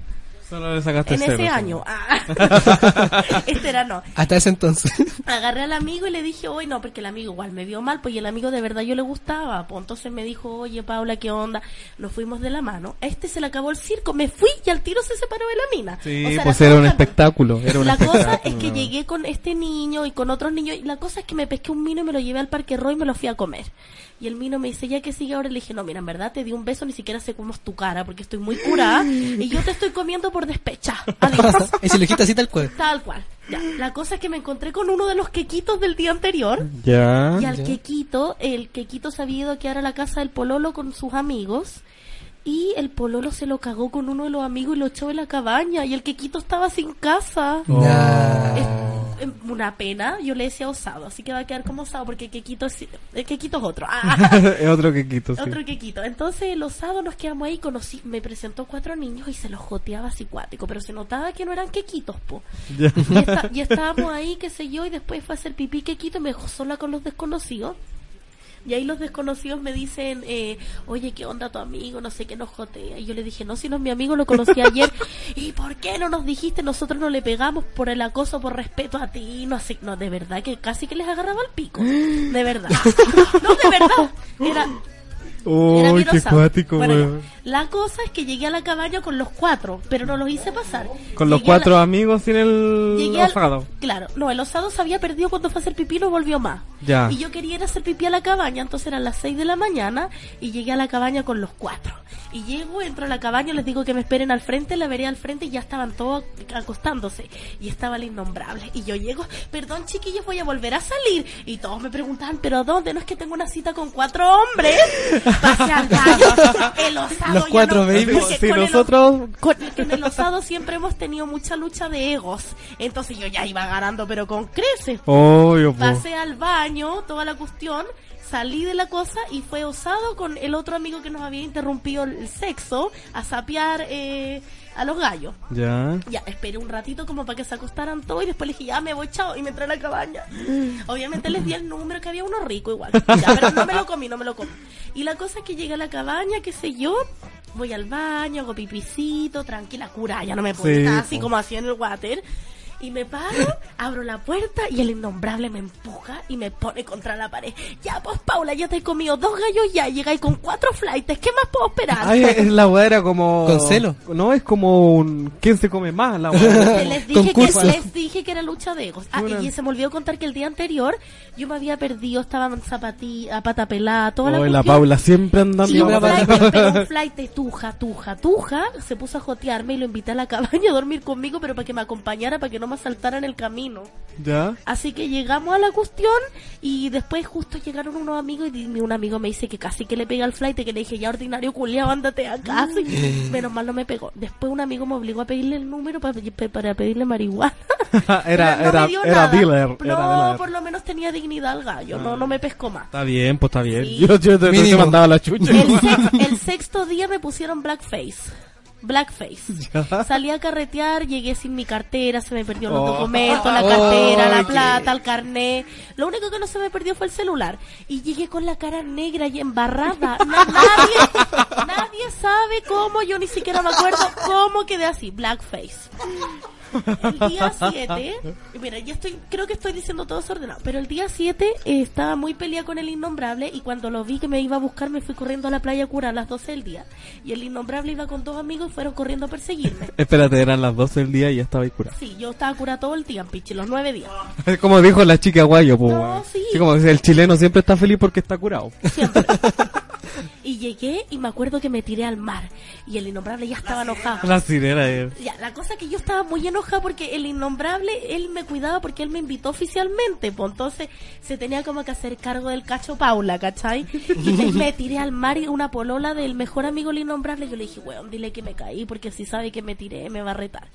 Speaker 3: Solo le sacaste
Speaker 1: En
Speaker 3: cero,
Speaker 1: ese
Speaker 3: sí.
Speaker 1: año. Ah.
Speaker 3: <laughs>
Speaker 1: este era no.
Speaker 2: Hasta ese entonces.
Speaker 1: Agarré al amigo y le dije, oye, no, porque el amigo igual me vio mal, pues y el amigo de verdad yo le gustaba. Pues entonces me dijo, oye, Paula, ¿qué onda? Nos fuimos de la mano. A este se le acabó el circo, me fui y al tiro se separó de la mina.
Speaker 3: Sí,
Speaker 1: O sea,
Speaker 3: pues
Speaker 1: la
Speaker 3: era un
Speaker 1: cosa-
Speaker 3: espectáculo. Era un
Speaker 1: la cosa es
Speaker 3: espectáculo,
Speaker 1: que
Speaker 3: ¿no?
Speaker 1: llegué con este niño y con otros niños y la cosa es que me pesqué un mino y me lo llevé al parque Roy y me lo fui a comer. Y el mino me dice, ya que sigue ahora, le dije, no, mira, en verdad te di un beso, ni siquiera sé cómo es tu cara porque estoy muy curada y yo te estoy comiendo por despecha. <laughs>
Speaker 2: Ah,
Speaker 1: Adiós.
Speaker 2: <laughs> y se lo dijiste así tal cual.
Speaker 1: Tal cual. Ya. La cosa es que me encontré con uno de los quequitos del día anterior.
Speaker 3: Ya. <laughs>
Speaker 1: Y al
Speaker 2: ya.
Speaker 1: quequito, el quequito se había ido a quedar a la casa del pololo con sus amigos. Y el pololo se lo cagó con uno de los amigos y lo echó de la cabaña. Y el quequito estaba sin casa.
Speaker 3: Oh.
Speaker 1: Es em, una pena. Yo le decía osado. Así que va a quedar como osado porque el quequito es, el quequito es otro.
Speaker 3: <laughs>
Speaker 1: Ah.
Speaker 3: es otro que quito, sí.
Speaker 1: Otro quequito. Entonces, el osado nos quedamos ahí. Conocí, me presentó cuatro niños y se los joteaba así cuático. Pero se notaba que no eran quequitos, po.
Speaker 3: Ya.
Speaker 1: Y, está- y estábamos ahí, qué sé yo, y después fue a hacer pipí quequito y me dejó sola con los desconocidos. Y ahí los desconocidos me dicen, eh, oye, ¿qué onda tu amigo? No sé qué nos jotea. Y yo le dije, no, si no es mi amigo, lo conocí ayer. ¿Y por qué no nos dijiste? Nosotros no le pegamos por el acoso, por respeto a ti. No sé, no, de verdad que casi que les agarraba el pico. De verdad. No, de verdad. Era, era
Speaker 3: <laughs> Uy, qué
Speaker 1: virosa.
Speaker 3: cuático,
Speaker 1: Bueno,
Speaker 3: weón.
Speaker 1: ya. La cosa es que llegué a la cabaña con los cuatro, pero no los hice pasar.
Speaker 3: Con los
Speaker 1: Llegué a la-
Speaker 3: cuatro amigos sin el
Speaker 1: Llegué al-
Speaker 3: osado.
Speaker 1: Claro, no, el osado se había perdido cuando fue a hacer pipí, no volvió más.
Speaker 3: Ya.
Speaker 1: Y yo quería ir a hacer pipí a la cabaña, entonces eran las 6 de la mañana y llegué a la cabaña con los cuatro. Y llego, entro a la cabaña, les digo que me esperen al frente, la veré al frente y ya estaban todos acostándose. Y estaba el innombrable. Y yo llego, perdón chiquillos, voy a volver a salir. Y todos me preguntaban, ¿pero dónde? No es que tengo una cita con cuatro hombres. Pasé al baño, el osado.
Speaker 2: Los
Speaker 1: ya
Speaker 2: cuatro,
Speaker 1: no-
Speaker 2: baby.
Speaker 1: porque
Speaker 3: Si
Speaker 1: con el os-
Speaker 3: nosotros
Speaker 1: con, en el osado siempre hemos tenido mucha lucha de egos. Entonces yo ya iba ganando, pero con creces.
Speaker 3: Obvio, po.
Speaker 1: Pasé al baño, toda la cuestión, salí de la cosa y fue osado con el otro amigo que nos había interrumpido el sexo a sapear eh, a los gallos.
Speaker 3: Ya.
Speaker 1: Ya, esperé un ratito como para que se acostaran todos y después le dije, ya me voy, chao, y me entré a la cabaña.
Speaker 3: Mm.
Speaker 1: Obviamente les di el número que había uno rico
Speaker 3: <laughs>
Speaker 1: igual. Ya, pero no me lo comí, no me lo comí. Y la cosa es que llegué a la cabaña, qué sé yo, voy al baño, hago pipicito, tranquila, cura, ya no me puedo
Speaker 3: Sí,
Speaker 1: estar así
Speaker 3: po.
Speaker 1: como hacía en el water. Y me paro, abro la puerta y el innombrable me empuja y me pone contra la pared. Ya, pues Paula, ya te he comido dos gallos ya, llegáis con cuatro flights, ¿qué más puedo esperar?
Speaker 3: Ay, es la weá era como.
Speaker 2: Con celo.
Speaker 3: No, es como un. ¿Quién se come
Speaker 1: <laughs>
Speaker 3: más? La weá. <laughs>
Speaker 1: Que les dije, que,
Speaker 2: Concurso.
Speaker 1: les dije que era lucha de egos. Ah,
Speaker 3: Una-
Speaker 1: y se me olvidó contar que el día anterior yo me había perdido, estaba en zapatilla, pata pelada, toda la
Speaker 3: Oye, la
Speaker 1: cuestión.
Speaker 3: Paula siempre andando.
Speaker 1: Y un
Speaker 2: la
Speaker 1: flight,
Speaker 2: pata-
Speaker 1: pero un flight de tuja, tuja, tuja, se puso a jotearme y lo invité a la cabaña a dormir conmigo, pero para que me acompañara, para que no me asaltaran el camino.
Speaker 3: Ya.
Speaker 1: Así que llegamos a la cuestión y después justo llegaron unos amigos y di- un amigo me dice que casi que le pega al flight, que le dije, ya ordinario culiao, ándate a casa.
Speaker 3: <gasps>
Speaker 1: Y Menos mal no me pegó. Después un amigo me obligó a pedirle el número para, para pedirle marihuana.
Speaker 3: <laughs> era,
Speaker 1: Pero <laughs> no
Speaker 3: era,
Speaker 1: me dio
Speaker 3: era
Speaker 1: nada.
Speaker 3: dealer.
Speaker 1: No,
Speaker 3: era dealer.
Speaker 1: por lo menos tenía dignidad el gallo, no, no me pescó más.
Speaker 3: Está bien, pues está bien.
Speaker 1: Sí.
Speaker 3: Yo, yo te, te
Speaker 2: Mínimo.
Speaker 3: mandaba la
Speaker 1: <laughs>
Speaker 3: chucha.
Speaker 1: El, sex- el sexto día me pusieron blackface. Blackface. Salí a carretear, llegué sin mi cartera, se me perdió los
Speaker 3: Oh.
Speaker 1: documentos, la cartera,
Speaker 2: Oye.
Speaker 1: la plata, el carnet. Lo único que no se me perdió fue el celular. Y llegué con la cara negra y embarrada. Na- nadie, Nadie sabe cómo, yo ni siquiera me acuerdo cómo quedé así, blackface. El día 7, mira, ya estoy, creo que estoy diciendo todo desordenado, pero el día 7 estaba muy pelea con el innombrable y cuando lo vi que me iba a buscar me fui corriendo a la playa a curar a las 12 del día. Y el innombrable iba con dos amigos y fueron corriendo a perseguirme.
Speaker 3: Espérate, eran las 12 del día y ya estaba ahí curado.
Speaker 1: Sí, yo estaba curada todo el día, pichi, los nueve días.
Speaker 3: <laughs> Es como dijo la chica guayo, po,
Speaker 1: No,
Speaker 3: weón.
Speaker 1: sí.
Speaker 3: Sí, como dice, el chileno siempre está feliz porque está curado.
Speaker 1: Y llegué y me acuerdo que me tiré al mar y el innombrable ya estaba enojado.
Speaker 3: <laughs> La sirena eh.
Speaker 1: Ya, la cosa es que yo estaba muy enojada porque el innombrable, él me cuidaba porque él me invitó oficialmente, pues entonces se tenía como que hacer cargo del cacho Paula, ¿cachai? Y me, me tiré al mar y una polola del mejor amigo el innombrable, yo le dije, weón, dile que me caí porque si sabe que me tiré, me va a retar.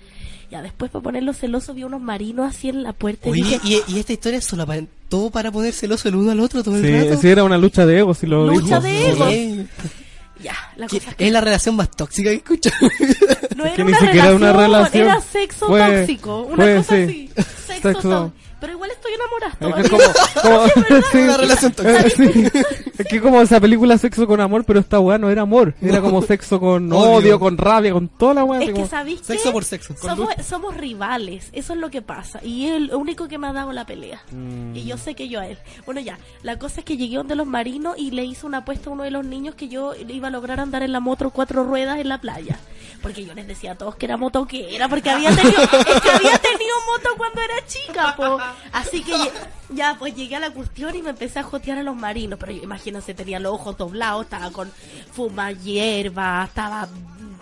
Speaker 1: Ya después para ponerlo celoso vi unos marinos así en la puerta y
Speaker 2: Oye,
Speaker 1: dije,
Speaker 2: y, y esta historia es solo para, todo para poner celoso el uno al otro todo el
Speaker 3: Sí,
Speaker 2: rato.
Speaker 3: sí, era una lucha de ego, si lo
Speaker 1: Lucha
Speaker 3: dijo.
Speaker 1: de ego.
Speaker 2: Sí.
Speaker 1: pues. ya, la
Speaker 2: Que
Speaker 1: cosa es que
Speaker 2: es la relación más tóxica que escucho. <laughs>
Speaker 1: no
Speaker 3: Es
Speaker 1: era
Speaker 3: que ni
Speaker 1: una
Speaker 3: siquiera
Speaker 1: relación,
Speaker 3: era una relación.
Speaker 1: era sexo
Speaker 3: Fue-
Speaker 1: tóxico, una
Speaker 3: fue,
Speaker 1: cosa
Speaker 3: sí.
Speaker 1: así, sexo
Speaker 3: Sexo.
Speaker 1: tóxico. Pero igual estoy enamorada <laughs>
Speaker 3: Es que
Speaker 1: todavía.
Speaker 3: como, como- <laughs> sí,
Speaker 2: Una relación tóxica.
Speaker 3: eh, sí. Es que como esa película Sexo con Amor, pero esta weá no era amor, era como sexo con
Speaker 2: Odio.
Speaker 3: odio, con rabia, con toda la weá.
Speaker 1: Es
Speaker 3: así
Speaker 1: que
Speaker 3: como-
Speaker 1: sabéis que
Speaker 2: Sexo por sexo.
Speaker 1: somos, somos rivales, eso es lo que pasa. Y es el único que me ha dado la pelea. Y yo sé que yo a él. Bueno, ya, la cosa es que llegué donde los marinos y le hice una apuesta a uno de los niños que yo iba a lograr andar en la moto cuatro ruedas en la playa. Porque yo les decía a todos que era moto que era, porque había tenido, es que había tenido moto cuando era chica, po. Así que lle- ya, pues llegué a la cuestión y me empecé a jotear a los marinos. Pero imagínense, tenía los ojos doblados, estaba con fuma hierba, estaba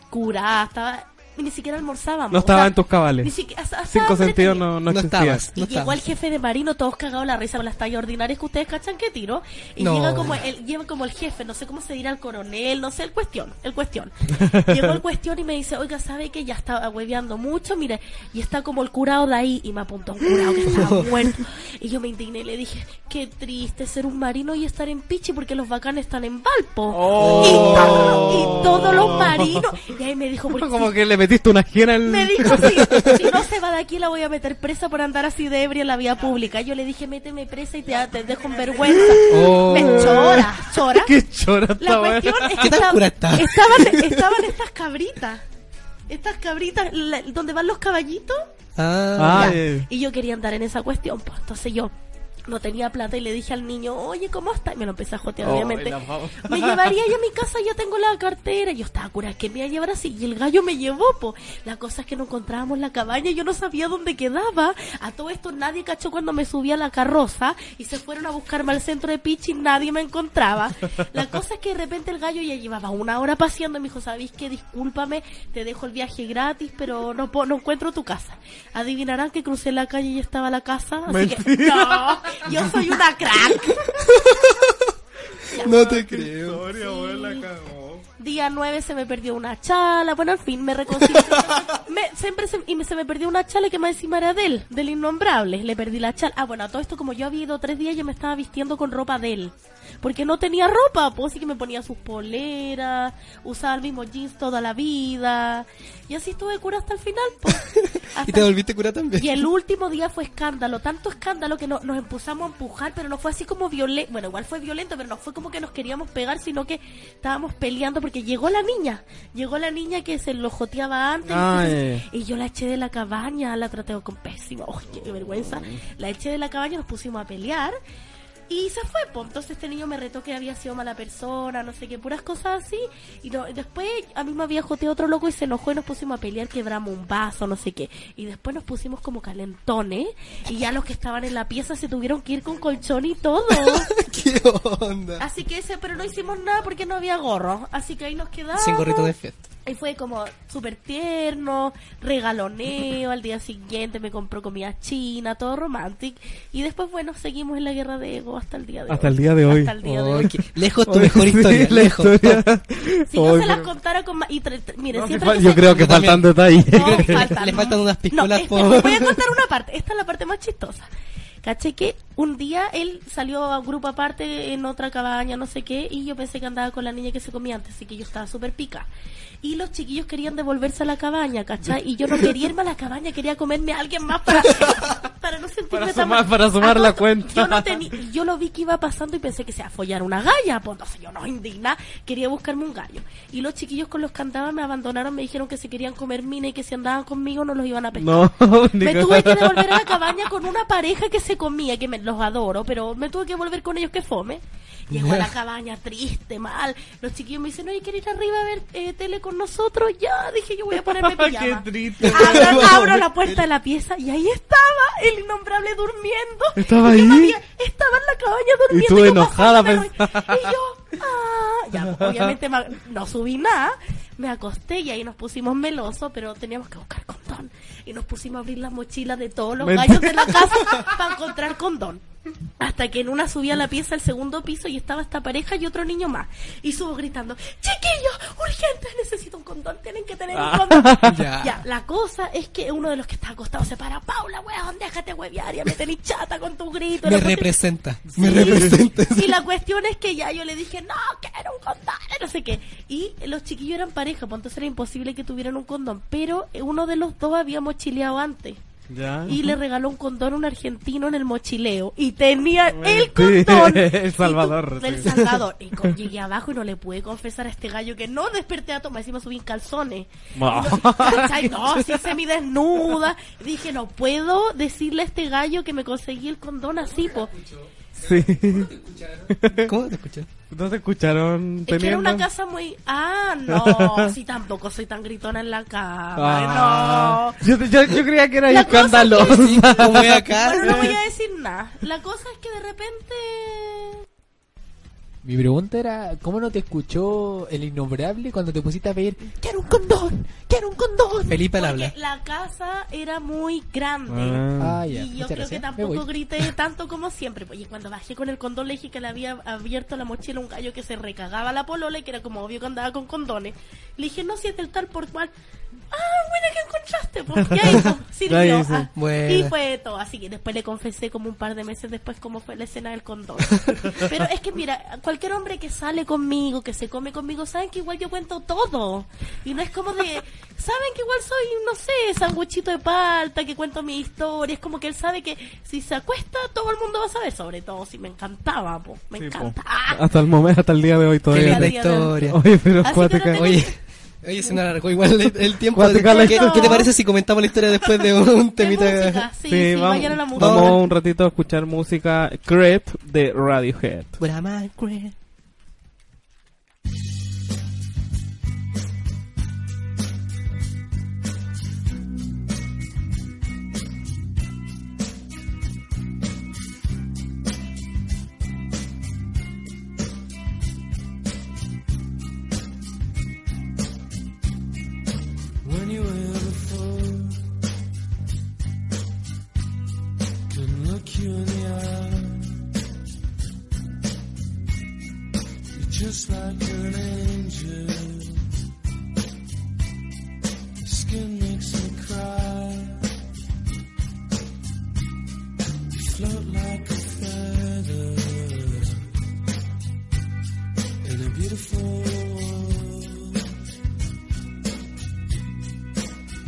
Speaker 1: curada, estaba. y Ni siquiera almorzábamos.
Speaker 3: No
Speaker 1: o
Speaker 3: estaba
Speaker 1: sea,
Speaker 3: en tus cabales.
Speaker 1: Ni siquiera. hasta- hasta
Speaker 3: Cinco
Speaker 1: hambre
Speaker 3: sentidos
Speaker 1: tenía.
Speaker 3: no, no
Speaker 2: No,
Speaker 3: existía.
Speaker 2: estabas.
Speaker 1: Y
Speaker 2: No
Speaker 1: llegó el
Speaker 2: estabas.
Speaker 1: jefe de marino, todos cagados la risa con las tallas ordinarias que ustedes cachan que tiro. Y
Speaker 2: No.
Speaker 1: llega como el, lleva como el jefe, no sé cómo se dirá el coronel, no sé, el cuestión, el cuestión. <laughs> Llegó el cuestión y me dice, oiga, ¿sabe que ya estaba hueveando mucho? Mire, y está como el curado de ahí. Y me apuntó un curado que
Speaker 3: <laughs>
Speaker 1: estaba muerto. Y yo me indigné y le dije, qué triste ser un marino y estar en Pichi porque los bacanes están en Valpo. Y, todo- y todos los
Speaker 3: <laughs>
Speaker 1: marinos. Y ahí me dijo, porque
Speaker 3: Como que le metiste una hiena en... <laughs>
Speaker 1: me dijo, sí, si no se va de aquí la voy a meter presa por andar así de ebria en la vía pública. Yo le dije, méteme presa y te, te dejo en vergüenza.
Speaker 3: Oh.
Speaker 1: Me chora, chora.
Speaker 3: <laughs> Qué chora
Speaker 1: La
Speaker 3: esta weá.
Speaker 1: cuestión es que
Speaker 2: ¿Qué tan
Speaker 1: esta-
Speaker 2: pura está?
Speaker 1: estaban, estaban estas cabritas. Estas cabritas, la- donde van los caballitos.
Speaker 2: Ah,
Speaker 3: Ah,
Speaker 1: Ya.
Speaker 3: eh.
Speaker 1: Y yo quería andar en esa cuestión, pues entonces yo no tenía plata y le dije al niño, oye, ¿cómo está? Y me lo empecé a jotear,
Speaker 3: Oh,
Speaker 1: obviamente.
Speaker 3: la pavo.
Speaker 1: Me llevaría yo a mi casa, ya tengo la cartera. Yo estaba curada, que me iba a llevar así. Y el gallo me llevó, po. La cosa es que no encontrábamos la cabaña, yo no sabía dónde quedaba. A todo esto nadie cachó cuando me subí a la carroza y se fueron a buscarme al centro de Pichi y nadie me encontraba. La cosa es que de repente el gallo ya llevaba una hora paseando y me dijo, ¿sabéis qué? Discúlpame, te dejo el viaje gratis, pero no, po- no encuentro tu casa. Adivinarán que crucé la calle y estaba la casa. Así que, <laughs> no, yo soy una crack.
Speaker 2: no te creo.
Speaker 1: Día 9 se me perdió una chala. Bueno, en fin, me reconcilié. me, siempre se, y me- se me perdió una chala que más encima era de él, del innombrable. Le perdí la chala. Ah, bueno, a todo esto, como yo había ido tres días, yo me estaba vistiendo con ropa de él. Porque no tenía ropa, pues así que me ponía sus poleras, usaba el mismo jeans toda la vida. Y así estuve cura hasta el final. pues.
Speaker 2: <laughs> Y
Speaker 1: Hasta
Speaker 2: te volviste cura también.
Speaker 1: y el último día fue escándalo, tanto escándalo que no- nos empezamos a empujar, pero no fue así como violento, bueno, igual fue violento, pero no fue como que nos queríamos pegar, sino que estábamos peleando porque llegó la niña, llegó la niña que se lo joteaba antes,
Speaker 3: Ah,
Speaker 1: entonces-
Speaker 3: eh.
Speaker 1: <laughs> y yo la eché de la cabaña, la traté con pésimo, ¡ay, qué vergüenza! La eché de la cabaña, nos pusimos a pelear. Y se fue, pues entonces este niño me retó que había sido mala persona, no sé qué, puras cosas así. Y no- después a mí me había joteado otro loco y se enojó y nos pusimos a pelear, quebramos un vaso, no sé qué. Y después nos pusimos como calentones y ya los que estaban en la pieza se tuvieron que ir con colchón y
Speaker 2: <laughs>
Speaker 1: todo.
Speaker 2: <laughs> ¿Qué onda?
Speaker 1: Así que ese, pero no hicimos nada porque no había gorro. Así que ahí nos quedamos.
Speaker 2: Sin gorrito de fiesta.
Speaker 1: Y fue como súper tierno, regaloneo, al día siguiente me compró comida china, todo romántico. Y después, bueno, seguimos en la guerra de ego hasta el día de
Speaker 3: Hasta
Speaker 1: hoy.
Speaker 3: el día de hoy.
Speaker 1: Hasta el día de
Speaker 2: Oh,
Speaker 1: hoy.
Speaker 2: qué- Lejos tu
Speaker 3: Oye,
Speaker 2: mejor
Speaker 3: sí,
Speaker 2: historia.
Speaker 3: la
Speaker 2: lejos. <laughs> Ah,
Speaker 3: historia.
Speaker 1: Si yo
Speaker 3: Oye,
Speaker 1: se las
Speaker 3: pero-
Speaker 1: contara con más... Y tre- tre- miren,
Speaker 3: No, si
Speaker 1: siempre
Speaker 3: fa-
Speaker 1: que
Speaker 3: yo
Speaker 1: se-
Speaker 3: creo que
Speaker 2: Yo también.
Speaker 3: faltan <laughs> detalles.
Speaker 1: No,
Speaker 2: que
Speaker 1: faltan.
Speaker 2: le faltan unas piscolas
Speaker 1: No,
Speaker 2: por-
Speaker 1: espera, les voy a contar una parte. Esta es la parte más chistosa. Caché que un día él salió a un grupo aparte en otra cabaña, no sé qué, y yo pensé que andaba con la niña que se comía antes, así que yo estaba súper pica. Y los chiquillos
Speaker 3: <laughs>
Speaker 1: querían devolverse a la cabaña, ¿cachai? Y yo no quería irme a la cabaña, quería comerme a alguien más para, para para no sentirme
Speaker 3: Para
Speaker 1: tan
Speaker 3: sumar-
Speaker 1: mal.
Speaker 3: para sumar
Speaker 1: A
Speaker 3: la
Speaker 1: todo-
Speaker 3: cuenta.
Speaker 1: Yo, no teni- yo lo vi que iba pasando y pensé que se iba a follar una galla. Pues no sé, yo no indigna. Quería buscarme un gallo. Y los chiquillos con los que andaba me abandonaron, me dijeron que se querían comer mina y que si andaban conmigo no los iban a pescar.
Speaker 3: No, <laughs>
Speaker 1: Me
Speaker 3: digo-
Speaker 1: tuve que devolver a la cabaña con una pareja que se comía, que me, los adoro, pero me tuve que volver con ellos que fome. Llego a
Speaker 3: <laughs>
Speaker 1: la cabaña triste, mal. Los chiquillos me dicen, oye, ¿quieres ir arriba a ver eh, tele con nosotros? Ya, dije, yo voy a ponerme
Speaker 3: <laughs> Qué
Speaker 1: pijama.
Speaker 3: triste. <laughs>
Speaker 1: Abro, abro la puerta de la pieza y ahí estaba el innombrable durmiendo.
Speaker 3: ¿Estaba
Speaker 1: Y yo
Speaker 3: ahí?
Speaker 1: me había- Estaba en la cabaña durmiendo.
Speaker 3: tú
Speaker 1: yo
Speaker 3: enojada
Speaker 1: bajándome,
Speaker 3: pensando.
Speaker 1: Y yo, ah, ya, pues, obviamente me- no subí nada. Me acosté y ahí nos pusimos meloso, pero teníamos que buscar condón. Y nos pusimos a abrir las mochilas de todos los
Speaker 3: Mentira.
Speaker 1: gallos de la casa <laughs> para encontrar condón. Hasta que en una subí a la pieza al segundo piso y estaba esta pareja y otro niño más. Y subo gritando, chiquillos, urgente, necesito un condón, tienen que tener un condón.
Speaker 4: Ya.
Speaker 1: Ya, la cosa es que uno de los que está acostado se para, Paula, weón, déjate huevear, ya me tenés chata con tu grito.
Speaker 4: Me
Speaker 1: La cuestión-
Speaker 4: representa. Me
Speaker 1: Sí.
Speaker 2: <laughs>
Speaker 4: representa.
Speaker 1: Y la cuestión es que ya yo le dije, no, quiero un condón, no sé qué. Y los chiquillos eran pareja, pues entonces era imposible que tuvieran un condón. Pero eh, uno de los dos había mochileado antes.
Speaker 3: Ya.
Speaker 1: Y le regaló un condón a un argentino en el mochileo. Y tenía el
Speaker 3: Sí, <laughs>
Speaker 1: condón.
Speaker 3: El Salvador,
Speaker 1: Y tú- El
Speaker 3: sí.
Speaker 1: Salvador. Y con- llegué abajo y no le pude confesar a este gallo que no desperté a tomar. Encima subí en calzones.
Speaker 3: Ma.
Speaker 1: Y no- ¿cachai? no, sí semidesnuda. Dije, no puedo decirle a este gallo que me conseguí el condón así, po.
Speaker 3: <laughs> Sí.
Speaker 4: ¿Cómo te escuché?
Speaker 3: ¿No se escucharon
Speaker 1: Es que era una
Speaker 3: teniendo?
Speaker 1: casa muy... Ah,
Speaker 2: <laughs>
Speaker 1: no, sí, tampoco soy tan gritona en la cama.
Speaker 3: Ah.
Speaker 1: No.
Speaker 3: Yo, yo, yo creía que era
Speaker 1: La cosa es
Speaker 2: <laughs>
Speaker 1: que-
Speaker 3: escandaloso.
Speaker 4: Como voy acá.
Speaker 1: <laughs> Bueno, no voy a decir nada. La cosa es que de repente...
Speaker 2: Mi pregunta era, ¿cómo no te escuchó el innombrable cuando te pusiste a pedir, quiero un condón, quiero un condón?
Speaker 4: Felipe al
Speaker 1: Porque
Speaker 4: habla.
Speaker 1: la casa era muy grande.
Speaker 3: Ah.
Speaker 2: Ah, ya,
Speaker 1: Y yo
Speaker 2: muchas
Speaker 1: creo
Speaker 2: gracias.
Speaker 1: que
Speaker 2: Me
Speaker 1: tampoco
Speaker 2: voy.
Speaker 1: grité tanto como siempre. pues, Y cuando bajé con el condón le dije que le había abierto la mochila a un gallo que se recagaba la polola y que era como obvio que andaba con condones. Le dije, no, si es del tal por cual. Ah, buena que encontraste. Pues ya
Speaker 2: <laughs>
Speaker 1: hizo,
Speaker 3: Ya
Speaker 1: sirvió.
Speaker 3: hizo.
Speaker 1: Ah,
Speaker 4: Buena.
Speaker 1: Y fue todo. Así que después le confesé como un par de meses después cómo fue la escena del condón. Pero es que mira, cualquier hombre que sale conmigo, que se come conmigo, saben que igual yo cuento todo. Y no es como de, saben que igual soy, no sé, sanguchito de palta, que cuento mi historia. Es como que él sabe que si se acuesta, todo el mundo va a saber, sobre todo si me encantaba, po. me
Speaker 3: Sí, po.
Speaker 1: encanta. Ah,
Speaker 3: Hasta el momento, hasta el día de hoy
Speaker 4: Qué
Speaker 3: todavía.
Speaker 4: linda
Speaker 1: Felipe.
Speaker 3: <laughs>
Speaker 4: historia.
Speaker 3: Oye, pero
Speaker 1: Así que
Speaker 3: cuática.
Speaker 1: ahora tengo-
Speaker 4: Oye, oye, se nos alargó igual el, el tiempo.
Speaker 3: Cuática la
Speaker 4: ¿Qué,
Speaker 1: historia.
Speaker 4: qué te parece si comentamos la historia después de un
Speaker 1: de
Speaker 4: temita?
Speaker 1: música, sí, sí,
Speaker 3: vamos,
Speaker 1: vayan a la música.
Speaker 3: vamos un ratito a escuchar música Creep de Radiohead.
Speaker 4: What am I great? When you were before couldn't look you in the eye. You're just like an angel. Your skin makes me cry. You float like a feather in a beautiful world.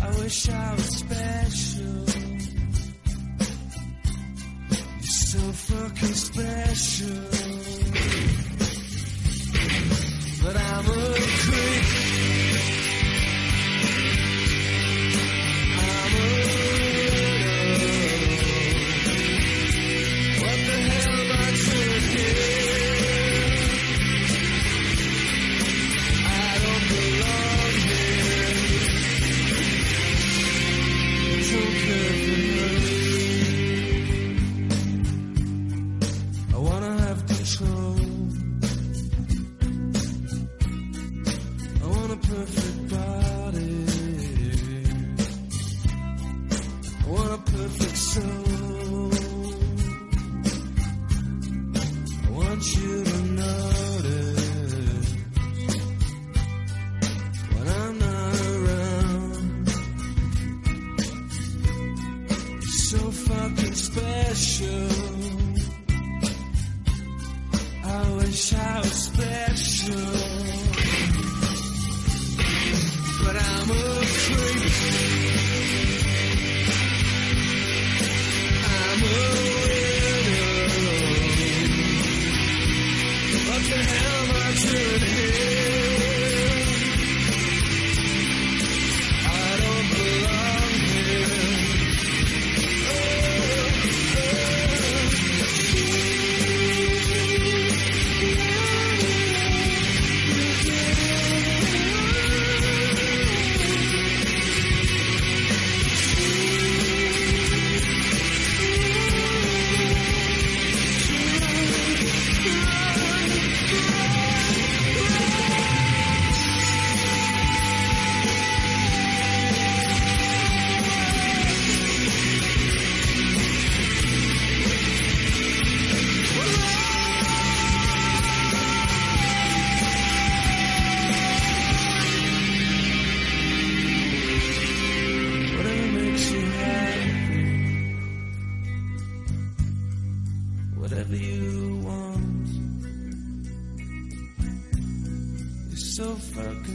Speaker 4: I wish I was special. You're so fucking special. But I'm a creep. I'm a What the hell am I doing here? I don't belong here. Don't care for her. I wanna have control. I want a perfect body. I want a perfect soul. I want you to notice when I'm not around. So fucking special. I wish I was special, but I'm a creep. I'm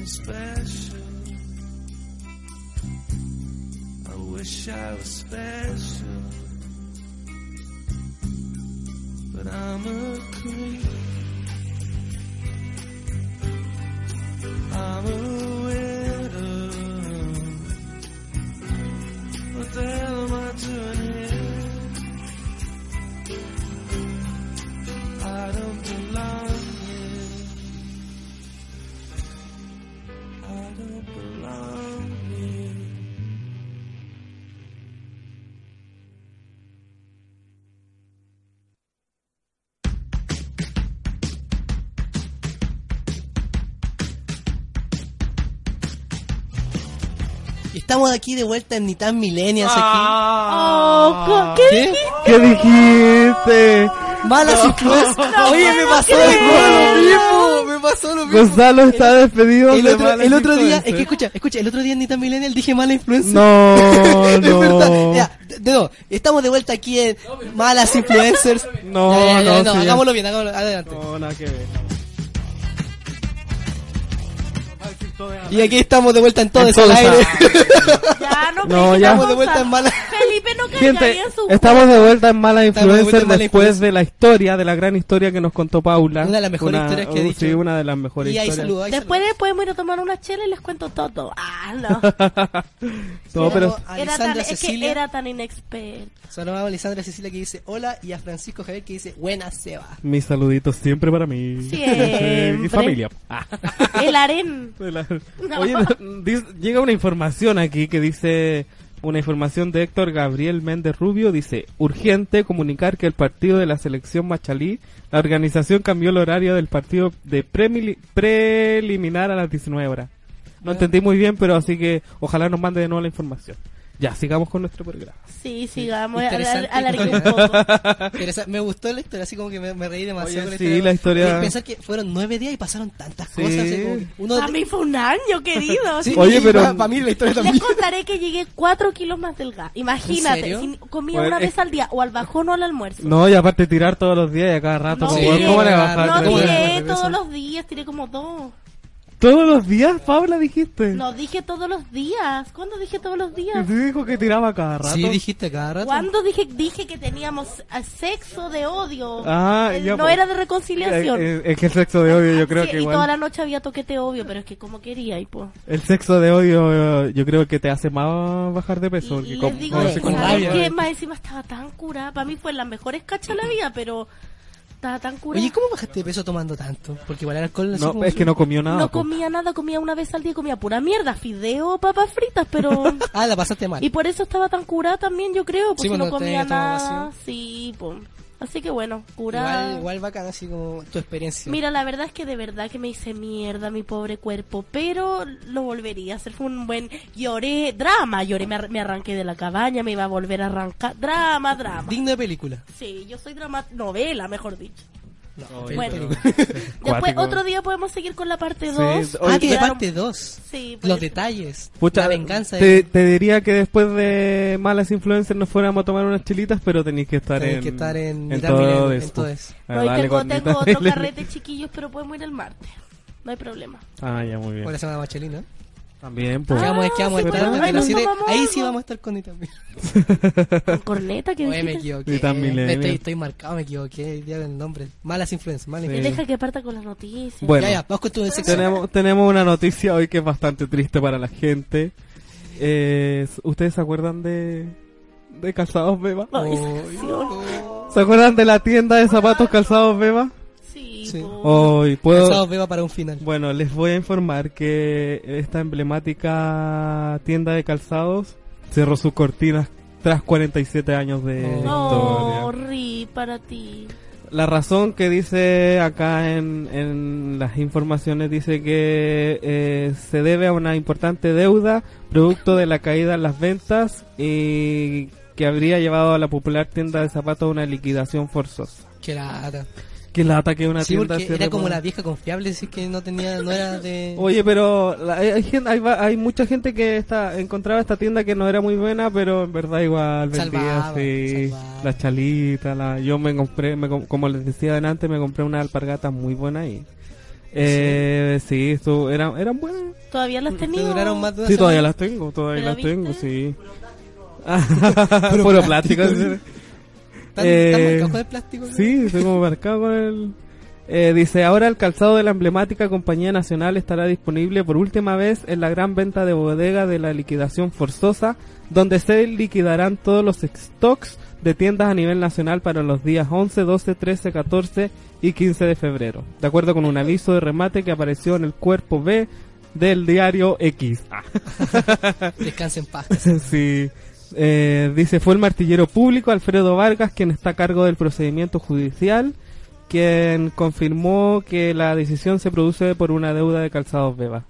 Speaker 4: special. I wish I was special, but I'm a creep. I'm a widow. What the hell am I doing here? I don't belong here. I don't belong here.
Speaker 2: Y estamos aquí de vuelta en Nitan Millennials
Speaker 1: Oh, ¿qué?
Speaker 2: aquí. ¿Qué?
Speaker 3: ¿Qué dijiste?
Speaker 2: Malas influencias. Oye, me pasó
Speaker 1: creo.
Speaker 2: lo mismo. Me pasó lo mismo.
Speaker 3: Gonzalo está despedido.
Speaker 2: El
Speaker 3: de
Speaker 2: otro,
Speaker 3: malas
Speaker 2: el otro día, es
Speaker 3: influencias.
Speaker 2: que escucha, escucha, el otro día en Nitan Millennial dije mala influencia.
Speaker 3: ¿eh? No,
Speaker 2: <laughs> Es verdad.
Speaker 3: no.
Speaker 2: Ya, de- de nuevo, estamos de vuelta aquí en Malas Influencers.
Speaker 3: No,
Speaker 2: Ya, ya, ya,
Speaker 3: no, sí, ya.
Speaker 2: hagámoslo bien, hagámoslo, adelante.
Speaker 3: No, nada que ver.
Speaker 2: Y aquí estamos de vuelta en todo ese
Speaker 3: Entonces,
Speaker 2: <laughs> aire.
Speaker 1: Ya, no,
Speaker 3: No,
Speaker 1: pero
Speaker 3: ya.
Speaker 1: Gonzalo,
Speaker 2: Estamos de vuelta en mala-
Speaker 1: Felipe no caiga
Speaker 3: Gente,
Speaker 1: bien su
Speaker 3: estamos de vuelta en Mala
Speaker 2: Estamos de vuelta
Speaker 3: Influencer
Speaker 2: en Mala
Speaker 3: después
Speaker 2: Influencer.
Speaker 3: de la historia, de la gran historia que nos contó Paula.
Speaker 2: Una de las mejores historias que he
Speaker 3: uh,
Speaker 2: dicho.
Speaker 3: Sí, una de las mejores
Speaker 2: y ahí
Speaker 3: historias.
Speaker 2: saludo, ahí
Speaker 1: Después
Speaker 2: saludo.
Speaker 1: podemos ir a tomar una chela y les cuento todo. Ah,
Speaker 2: <laughs>
Speaker 1: no.
Speaker 3: no, pero
Speaker 2: Saludamos a
Speaker 1: Era tan,
Speaker 2: Alessandra
Speaker 1: es que
Speaker 2: Cecilia.
Speaker 1: era tan inexperto.
Speaker 2: Saludamos a Alessandra Cecilia que dice hola y a Francisco Javier que dice
Speaker 3: <laughs>
Speaker 2: buena Seba.
Speaker 3: mis saluditos siempre para mí.
Speaker 1: Siempre.
Speaker 3: <laughs> Sí,
Speaker 1: <laughs>
Speaker 3: Y familia. Ah.
Speaker 1: El aren.
Speaker 3: De la-
Speaker 1: No.
Speaker 3: Oye, dis- llega una información aquí que dice, una información de Héctor Gabriel Méndez Rubio, dice, urgente comunicar que el partido de la selección Machalí, la organización cambió el horario del partido de premili- preliminar a las 19 horas.
Speaker 1: Ah.
Speaker 3: No entendí muy bien, pero así que ojalá nos mande de nuevo la información. Ya, sigamos con nuestro programa.
Speaker 1: Sí, sigamos.
Speaker 2: Interesante.
Speaker 1: Alargué un poco.
Speaker 2: <laughs> Pero, o sea, me gustó la historia, así como que me, me reí demasiado
Speaker 3: Oye,
Speaker 2: con la
Speaker 3: sí,
Speaker 2: historia.
Speaker 3: la historia-
Speaker 2: Y pensar que fueron nueve días y pasaron tantas
Speaker 3: Sí.
Speaker 2: cosas. así como que uno...
Speaker 1: Para mí fue un año, querido.
Speaker 2: Sí,
Speaker 3: Oye,
Speaker 2: y
Speaker 3: pero-
Speaker 2: Para, para mí la historia
Speaker 1: Les
Speaker 2: también.
Speaker 1: contaré que llegué 4 kilos más delgada. Imagínate,
Speaker 2: ¿En serio? Pues
Speaker 1: si comía
Speaker 3: Bueno,
Speaker 1: una
Speaker 3: es-
Speaker 1: vez al día, o al bajón o al almuerzo.
Speaker 3: No, y aparte tirar todos los días y a cada rato.
Speaker 1: No,
Speaker 3: pues,
Speaker 1: sí,
Speaker 3: weón, ¿Cómo le
Speaker 2: no,
Speaker 3: bajaste?
Speaker 1: No
Speaker 2: Ah, ¿cómo le-
Speaker 1: tiré
Speaker 2: regreso?
Speaker 1: todos los días, tiré como dos.
Speaker 3: ¿Todos los días, Paula, dijiste?
Speaker 1: No, dije todos los días. ¿Cuándo dije todos los
Speaker 3: Y
Speaker 1: días?
Speaker 3: tú dijo que tiraba cada rato.
Speaker 2: Sí, dijiste cada rato.
Speaker 1: ¿Cuándo dije, dije que teníamos eh, sexo de odio?
Speaker 3: Ah,
Speaker 1: Eh,
Speaker 3: ya,
Speaker 1: no
Speaker 3: pues.
Speaker 1: era de reconciliación.
Speaker 3: Eh, eh, Es que el sexo de odio yo creo
Speaker 1: Sí,
Speaker 3: que
Speaker 1: y
Speaker 3: igual-
Speaker 1: toda la noche había toquete obvio, pero es que como quería y pues.
Speaker 3: El sexo de odio eh, yo creo que te hace más bajar de peso.
Speaker 1: Y,
Speaker 3: porque
Speaker 1: y
Speaker 3: como-
Speaker 1: les digo,
Speaker 3: como
Speaker 1: que
Speaker 3: se
Speaker 2: con
Speaker 3: come-
Speaker 2: rabia.
Speaker 1: que más encima estaba tan curada. Para mí fue las mejores cachas de la vida, pero estaba tan curada.
Speaker 2: Oye, ¿cómo bajaste de peso tomando tanto? Porque igual el alcohol... así
Speaker 3: No,
Speaker 2: como-
Speaker 3: es que no comió nada.
Speaker 1: No
Speaker 3: po.
Speaker 1: comía nada, comía una vez al día, comía pura mierda, fideo, papas fritas,
Speaker 3: <laughs>
Speaker 1: pero...
Speaker 2: Ah, la pasaste mal.
Speaker 1: y por eso estaba tan curada también, yo creo, porque
Speaker 2: Sí,
Speaker 3: pues
Speaker 1: no
Speaker 2: cuando
Speaker 1: comía
Speaker 2: tenía estómago
Speaker 1: nada.
Speaker 2: vacío.
Speaker 1: Sí, po. Así que bueno, curada.
Speaker 2: Igual, igual bacán, así como tu experiencia.
Speaker 1: Mira, la verdad es que de verdad que me hice mierda mi pobre cuerpo, pero lo volvería a hacer. Fue un buen... Lloré, drama, lloré, me, ar- me arranqué de la cabaña, me iba a volver a arrancar. Drama, drama.
Speaker 2: Digno de película.
Speaker 1: Sí, yo soy drama... novela, mejor dicho.
Speaker 2: No,
Speaker 3: Oye,
Speaker 1: Bueno.
Speaker 2: película.
Speaker 1: Después,
Speaker 3: <laughs> Cuático.
Speaker 1: otro día podemos seguir con la parte
Speaker 3: Sí,
Speaker 1: 2.
Speaker 3: oye,
Speaker 2: ah, tiene parte 2.
Speaker 1: Sí, pues,
Speaker 2: Los
Speaker 1: porque-
Speaker 2: detalles.
Speaker 3: Pucha,
Speaker 2: la venganza. eh.
Speaker 3: te, te diría que después de malas influencers nos fuéramos a tomar unas chilitas, pero tenéis que estar
Speaker 2: Tenéis
Speaker 3: en.
Speaker 2: que estar en
Speaker 3: en
Speaker 2: Mitad
Speaker 3: todo
Speaker 2: Milenio, en
Speaker 3: eso.
Speaker 2: todo eso.
Speaker 3: Ah,
Speaker 1: Hoy
Speaker 3: dale
Speaker 1: tengo,
Speaker 3: con
Speaker 1: tengo
Speaker 3: mitad
Speaker 1: otro
Speaker 3: milenio.
Speaker 1: carrete, chiquillos, pero podemos ir el martes. No hay problema.
Speaker 3: Ah, ya, muy
Speaker 2: Por la
Speaker 3: bien.
Speaker 2: semana
Speaker 3: Ah,
Speaker 2: machelina.
Speaker 3: También, pues.
Speaker 2: Que vamos, es que vamos
Speaker 1: sí,
Speaker 2: a estar
Speaker 1: pero-
Speaker 2: desde
Speaker 1: ay,
Speaker 2: las
Speaker 1: nos
Speaker 2: siete.
Speaker 1: tomamos
Speaker 2: Ahí
Speaker 1: algo.
Speaker 2: sí vamos a estar con Nita Millennial.
Speaker 3: <laughs>
Speaker 1: Con corneta que
Speaker 2: Oye, me
Speaker 1: dijiste.
Speaker 2: equivoqué.
Speaker 3: Nita eh, Millennial.
Speaker 2: Estoy, estoy marcado, me equivoqué. El día del nombre. Malas influencias, malas
Speaker 3: Sí.
Speaker 1: Y
Speaker 2: influencias.
Speaker 1: Deja que parta con las noticias.
Speaker 3: Bueno.
Speaker 2: Ya, ya, vamos con tu sección.
Speaker 3: Tenemos, tenemos una noticia hoy que es bastante triste para la gente. Eh, ¿Ustedes se acuerdan de. de Calzados Beba?
Speaker 1: Ay,
Speaker 2: Oy,
Speaker 1: sección.
Speaker 3: ¿Se acuerdan de la tienda de zapatos Calzados Beba?
Speaker 1: Sí, pues.
Speaker 2: Sí.
Speaker 1: po.
Speaker 3: Hoy puedo.
Speaker 2: Calzados Beba para un final.
Speaker 3: Bueno, les voy a informar que esta emblemática tienda de calzados cerró sus cortinas tras 47 años de
Speaker 1: No,
Speaker 3: historia.
Speaker 1: Oh, ri para ti.
Speaker 3: La razón que dice acá en, en las informaciones dice que eh, se debe a una importante deuda producto de la caída en las ventas y que habría llevado a la popular tienda de zapatos a una liquidación forzosa.
Speaker 2: Que lata.
Speaker 3: Que la ataque una
Speaker 2: Sí,
Speaker 3: tienda
Speaker 2: porque
Speaker 3: cierre
Speaker 2: era como
Speaker 3: por-
Speaker 2: la vieja confiable, si es que no tenía, no era de...
Speaker 3: Oye, pero la- eh, hay, hay gente- hay va- hay mucha gente que está, encontraba esta tienda que no era muy buena, pero en verdad igual vendía
Speaker 2: Salvaba,
Speaker 3: así
Speaker 2: salvaba.
Speaker 3: la chalita, la, yo me compré, me com- como les decía antes, me compré una alpargata muy buena y Eh, sí, esto, eran, eran buenas.
Speaker 1: ¿Todavía las
Speaker 2: Te
Speaker 1: tenías?
Speaker 2: Mm, duraron más de una
Speaker 3: Sí, todavía
Speaker 2: semana.
Speaker 3: las tengo, todavía
Speaker 1: ¿Pero
Speaker 3: las tengo,
Speaker 1: viste?
Speaker 2: <laughs>
Speaker 3: sí. <laughs> Puro, plástico.
Speaker 2: ¿Tan,
Speaker 3: Eh,
Speaker 2: tan marcado de plástico?
Speaker 3: Sí, estoy como marcado con el... Eh, dice, ahora el calzado de la emblemática compañía nacional estará disponible por última vez en la gran venta de bodega de la liquidación forzosa, donde se liquidarán todos los stocks de tiendas a nivel nacional para los días 11, 12, 13, 14 y 15 de febrero, de acuerdo con un aviso de remate que apareció en el cuerpo B del diario X. Ah.
Speaker 2: Descansa en paz.
Speaker 3: <laughs> Sí. Eh, dice, fue el martillero público Alfredo Vargas quien está a cargo del procedimiento judicial, quien confirmó que la decisión se produce por una deuda de calzados beba.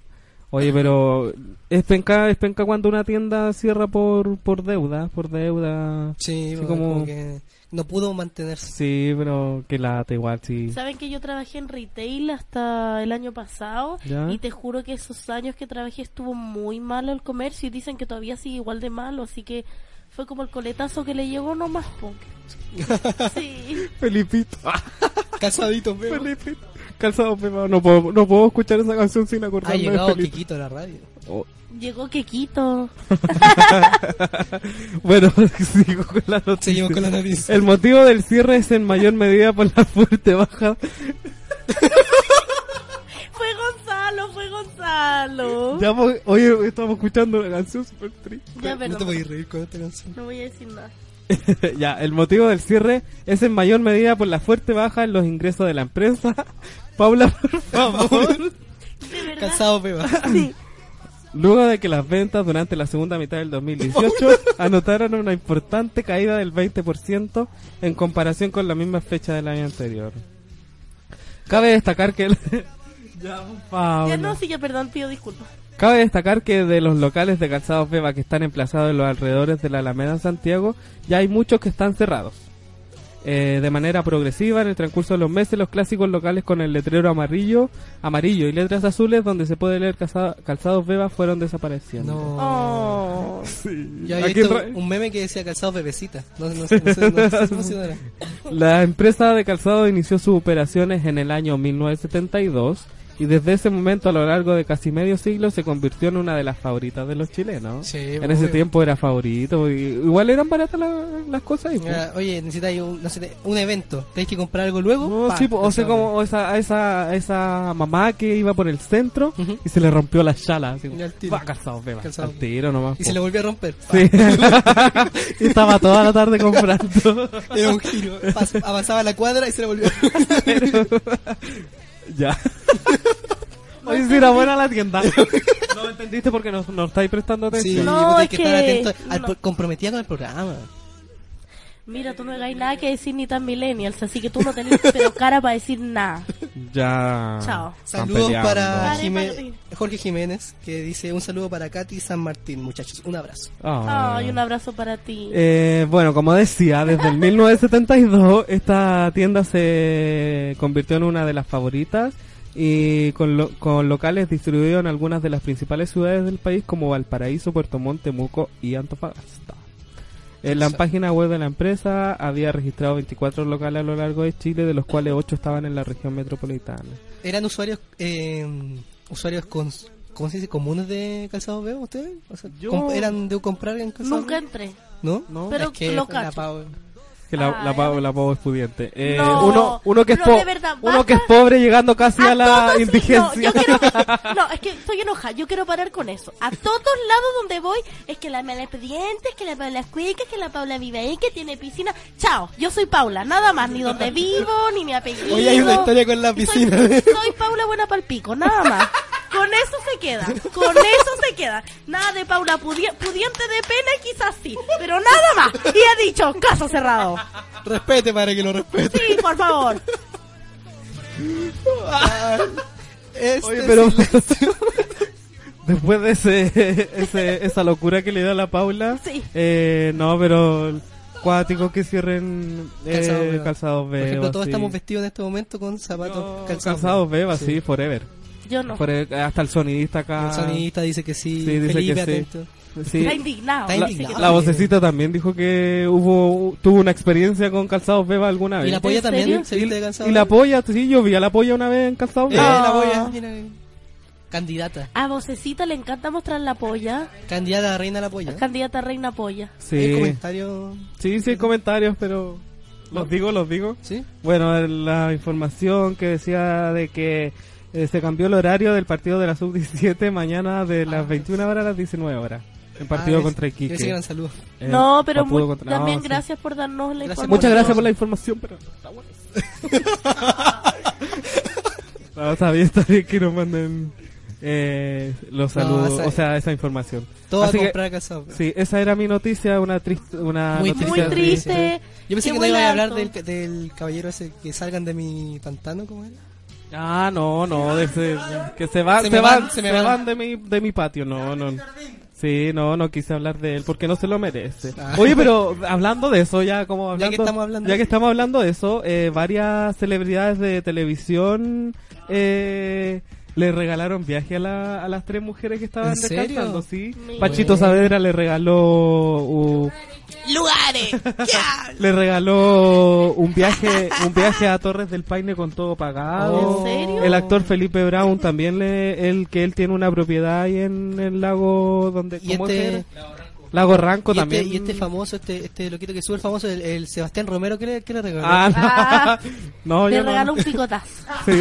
Speaker 3: Oye, pero es penca, es penca cuando una tienda cierra por, por deuda, por deuda.
Speaker 2: Sí,
Speaker 3: Sí,
Speaker 2: bueno,
Speaker 3: como-
Speaker 2: como... que no pudo mantenerse. <laughs>
Speaker 3: Sí, pero que lata igual, sí.
Speaker 1: Saben que yo trabajé en retail hasta el año pasado
Speaker 3: Ya.
Speaker 1: y te juro que esos años que trabajé estuvo muy malo el comercio y dicen que todavía sigue igual de malo, así que fue como el coletazo que le llegó nomás.
Speaker 2: <laughs>
Speaker 1: po. Sí.
Speaker 3: Felipito,
Speaker 2: Casadito, pero.
Speaker 3: <laughs> Felipito. Calzados beba, no puedo, no puedo escuchar esa canción sin
Speaker 2: Ha
Speaker 3: acordarme de
Speaker 2: llegado
Speaker 3: Felipito.
Speaker 2: Kikito a la radio.
Speaker 3: Oh.
Speaker 1: Llegó Quequito.
Speaker 3: Bueno, <laughs> sigo con la noticia.
Speaker 2: Seguimos con la
Speaker 3: <laughs>
Speaker 2: noticia.
Speaker 3: El motivo del cierre es en mayor medida por la fuerte baja
Speaker 1: Fue Gonzalo, fue Gonzalo.
Speaker 3: Ya, po- oye, estamos escuchando una canción súper triste. <laughs>
Speaker 1: Ya,
Speaker 2: no te
Speaker 1: perdón.
Speaker 2: voy a reír con esta canción.
Speaker 1: No voy a decir nada.
Speaker 3: ya, el motivo del cierre es en mayor medida por la fuerte baja en los ingresos de la empresa. <laughs> Paula,
Speaker 1: <laughs>
Speaker 3: por
Speaker 2: <laughs>
Speaker 3: favor.
Speaker 1: De verdad.
Speaker 2: Cansado, peba.
Speaker 1: Sí.
Speaker 3: Luego de que las ventas durante la segunda mitad
Speaker 1: <laughs>
Speaker 3: del 2018 anotaron una importante caída del 20% en comparación con la misma fecha del año anterior. Cabe destacar que... el- <laughs> ya, Paula.
Speaker 1: Ya no, sí, ya perdón, pido disculpas.
Speaker 3: Cabe destacar que de los locales de calzados Beba que están emplazados en los alrededores de la Alameda Santiago, ya hay muchos que están cerrados. Eh, de manera progresiva, en el transcurso de los meses, los clásicos locales con el letrero amarillo, amarillo y letras azules donde se puede leer calza- calzados Beba fueron desapareciendo.
Speaker 2: No.
Speaker 1: Oh.
Speaker 2: Yo había
Speaker 3: Ah. Aquí
Speaker 2: visto
Speaker 3: tra-
Speaker 2: un meme que decía calzado bebecita. No, no, sé- no sé-
Speaker 3: <laughs>
Speaker 2: no sé si funcionará.
Speaker 3: La empresa de calzado inició sus operaciones en el año 1972 y desde ese momento a lo largo de casi medio siglo se convirtió en una de las favoritas de los chilenos.
Speaker 2: Sí,
Speaker 3: en
Speaker 2: obvio.
Speaker 3: ese tiempo era favorito. y- igual eran baratas la- las cosas. y, pues.
Speaker 2: Mira, Oye, necesitáis un, no sé, un evento. ¿Tenéis que comprar algo luego?
Speaker 3: No,
Speaker 2: Pa,
Speaker 3: sí, pues, o sea,
Speaker 2: calzado
Speaker 3: como esa, esa, esa mamá que iba por el centro
Speaker 2: Ujú.
Speaker 3: y se le rompió la chala. Así,
Speaker 2: Y al tiro.
Speaker 3: va, calzado, beba,
Speaker 2: Calzado.
Speaker 3: al tiro nomás.
Speaker 2: beba. Y se
Speaker 3: po.
Speaker 2: lo volvió a romper. Pa.
Speaker 3: Sí. <laughs> y estaba toda la tarde
Speaker 2: <laughs>
Speaker 3: comprando.
Speaker 2: Era un giro. Pas- avanzaba la cuadra y se
Speaker 3: <laughs>
Speaker 2: lo volvió.
Speaker 3: Ya. Oye, si era buena la tienda. No me entendiste porque nos, nos estáis prestando
Speaker 2: sí,
Speaker 3: atención.
Speaker 1: No,
Speaker 2: vos tenés
Speaker 1: es
Speaker 2: que estar
Speaker 1: que-
Speaker 2: atento. Al,
Speaker 1: no.
Speaker 2: Comprometida con el programa.
Speaker 1: Mira, tú no hay nada que decir ni tan millennials, así que tú no tenés pero cara para decir nada.
Speaker 3: Ya.
Speaker 1: Chao.
Speaker 3: Están
Speaker 2: Saludos
Speaker 3: peleando.
Speaker 2: para
Speaker 1: Pare,
Speaker 2: Jime-
Speaker 1: pare.
Speaker 2: Jorge Jiménez, que dice un saludo para Katy San Martín, muchachos. Un abrazo.
Speaker 3: Ah.
Speaker 1: Ay, un abrazo para ti.
Speaker 3: Eh, bueno, como decía, desde el 1972 esta tienda se convirtió en una de las favoritas y con, lo- con locales distribuidos en algunas de las principales ciudades del país como Valparaíso, Puerto Montt, Temuco y Antofagasta. En la
Speaker 2: Exacto.
Speaker 3: página web de la empresa había registrado 24 locales a lo largo de Chile, de los cuales 8 estaban en la región metropolitana.
Speaker 2: ¿Eran usuarios eh, usuarios con, ¿cómo se dice? comunes de calzado veo ustedes? O sea,
Speaker 3: Yo-
Speaker 2: comp- ¿Eran de comprar en calzado
Speaker 1: Nunca
Speaker 2: Bebo?
Speaker 1: entré.
Speaker 2: ¿No?
Speaker 3: ¿No?
Speaker 1: Pero
Speaker 2: es que
Speaker 1: lo
Speaker 2: la
Speaker 1: cacho.
Speaker 2: Pau-
Speaker 3: Que la,
Speaker 1: Ah,
Speaker 3: la pavo, la pavo es pudiente. Eh,
Speaker 1: No,
Speaker 3: uno, uno que es
Speaker 1: pero
Speaker 3: po-
Speaker 1: de verdad,
Speaker 3: uno que es
Speaker 1: basta.
Speaker 3: pobre llegando casi a, la
Speaker 1: todos- sí,
Speaker 3: indigencia.
Speaker 1: No, yo quiero-
Speaker 2: <laughs>
Speaker 1: no, es que estoy enojada, yo quiero parar con eso. A todos lados donde voy, es que la mala expediente, es que la Paula Cueca, que la Paula vive ahí, que tiene piscina. Chao, yo soy Paula, nada más, ni donde vivo, ni mi apellido.
Speaker 2: Oye, hay una historia con la piscina.
Speaker 1: Soy, soy Paula Buena Palpico, nada más. Con eso se queda, con eso se queda. Nada de Paula pudi- pudiente de pena, quizás sí, pero nada más. Y ha dicho, caso cerrado.
Speaker 2: Respete para que lo respete.
Speaker 1: Sí, por favor.
Speaker 2: Este
Speaker 3: Oye, pero
Speaker 2: silencio.
Speaker 3: <laughs> después de ese, ese- esa locura que le da la Paula,
Speaker 1: Sí.
Speaker 3: eh, no, pero cuáticos que cierren
Speaker 2: Calzado
Speaker 3: eh,
Speaker 2: beba.
Speaker 3: calzados
Speaker 2: Por
Speaker 3: beba.
Speaker 2: ejemplo, todos
Speaker 3: sí.
Speaker 2: estamos vestidos en este momento con zapatos
Speaker 3: No,
Speaker 2: calzados.
Speaker 3: calzados beba, sí, forever.
Speaker 1: Yo no.
Speaker 3: Forever, Hasta el sonidista acá.
Speaker 2: El sonidista dice que sí,
Speaker 3: Sí, dice
Speaker 2: Felipe
Speaker 3: que sí.
Speaker 2: atento.
Speaker 3: Sí.
Speaker 1: Está indignado. así
Speaker 2: Está
Speaker 1: que
Speaker 2: indignado.
Speaker 3: La vocecita también dijo que hubo tuvo una experiencia con calzados beba alguna vez.
Speaker 2: ¿Y la polla
Speaker 1: ¿En
Speaker 2: también?
Speaker 1: serio?
Speaker 2: ¿Se viste de cansado?
Speaker 3: Ah, Y la polla, sí, yo vi a la polla una vez en calzados
Speaker 2: Eh,
Speaker 3: beba.
Speaker 2: la
Speaker 1: Ah.
Speaker 2: polla, mira. eh. Candidata.
Speaker 1: A vocecita le encanta mostrar la polla.
Speaker 2: Candidata a reina de la polla. ¿eh?
Speaker 1: Candidata reina polla.
Speaker 2: Hay
Speaker 3: Sí,
Speaker 2: comentario.
Speaker 3: sí, sí, hay comentarios, pero los digo, los digo.
Speaker 2: ¿Sí?
Speaker 3: Bueno, la información que decía de que eh, se cambió el horario del partido de la sub-17 mañana de las 21 horas a las 19 horas. El partido
Speaker 2: Ah,
Speaker 3: contra
Speaker 2: es-
Speaker 3: Iquique.
Speaker 2: Ese gran saludo.
Speaker 3: Eh,
Speaker 1: no, pero
Speaker 3: partido
Speaker 1: mu-
Speaker 3: contra- no,
Speaker 1: también
Speaker 3: sí.
Speaker 1: gracias por darnos la
Speaker 2: Gracias por-
Speaker 1: información.
Speaker 3: Muchas gracias por la información, pero está bueno. <laughs> no, está bien, está bien que nos manden eh, los
Speaker 2: No,
Speaker 3: saludos,
Speaker 2: esa-
Speaker 3: o sea, esa información.
Speaker 2: Todo
Speaker 3: Así
Speaker 2: a
Speaker 3: que-
Speaker 2: comprar calzado.
Speaker 3: sí, esa era mi noticia, una triste, una
Speaker 2: Muy
Speaker 3: noticia
Speaker 1: Muy
Speaker 2: Sí,
Speaker 1: triste.
Speaker 2: Yo pensé
Speaker 1: Qué
Speaker 2: que no iba a hablar
Speaker 1: buen
Speaker 2: del,
Speaker 1: acto.
Speaker 2: del caballero ese que salgan de mi pantano, ¿cómo era?
Speaker 3: Ah, no, no, de ese- que se van,
Speaker 2: Se
Speaker 3: se,
Speaker 2: me
Speaker 3: van,
Speaker 2: van, se
Speaker 3: se
Speaker 2: me van.
Speaker 3: van de mi, de mi patio, no, no. Sí, no, no quise hablar de él porque no se lo merece.
Speaker 2: Ah.
Speaker 3: Oye, pero hablando de eso, ya como
Speaker 2: Ya
Speaker 3: hablando,
Speaker 2: que estamos hablando.
Speaker 3: ya que estamos hablando de eso, eh, varias celebridades de televisión eh, le regalaron viaje a, la- a las tres mujeres que estaban
Speaker 2: ¿En serio?
Speaker 3: descansando, sí.
Speaker 1: Mira.
Speaker 3: Pachito Saavedra le regaló uh,
Speaker 1: Lugares.
Speaker 2: <laughs>
Speaker 1: Ya.
Speaker 3: le regaló un viaje un viaje a Torres del Paine con todo
Speaker 1: ¿En
Speaker 3: pagado.
Speaker 1: serio?
Speaker 3: El actor Felipe Brown también le el que él tiene una propiedad ahí en el lago donde
Speaker 2: Y
Speaker 3: ¿cómo
Speaker 2: este-
Speaker 3: es que era? Lago Ranco
Speaker 2: Y este,
Speaker 3: también.
Speaker 2: y este famoso, este, este loquito que sube el famoso, el, el Sebastián Romero, ¿qué le, qué le regaló?
Speaker 3: Ah, <laughs> no. no,
Speaker 1: <laughs> Le
Speaker 3: yo no.
Speaker 1: regaló un
Speaker 2: <laughs>
Speaker 1: picotazo.
Speaker 3: Sí.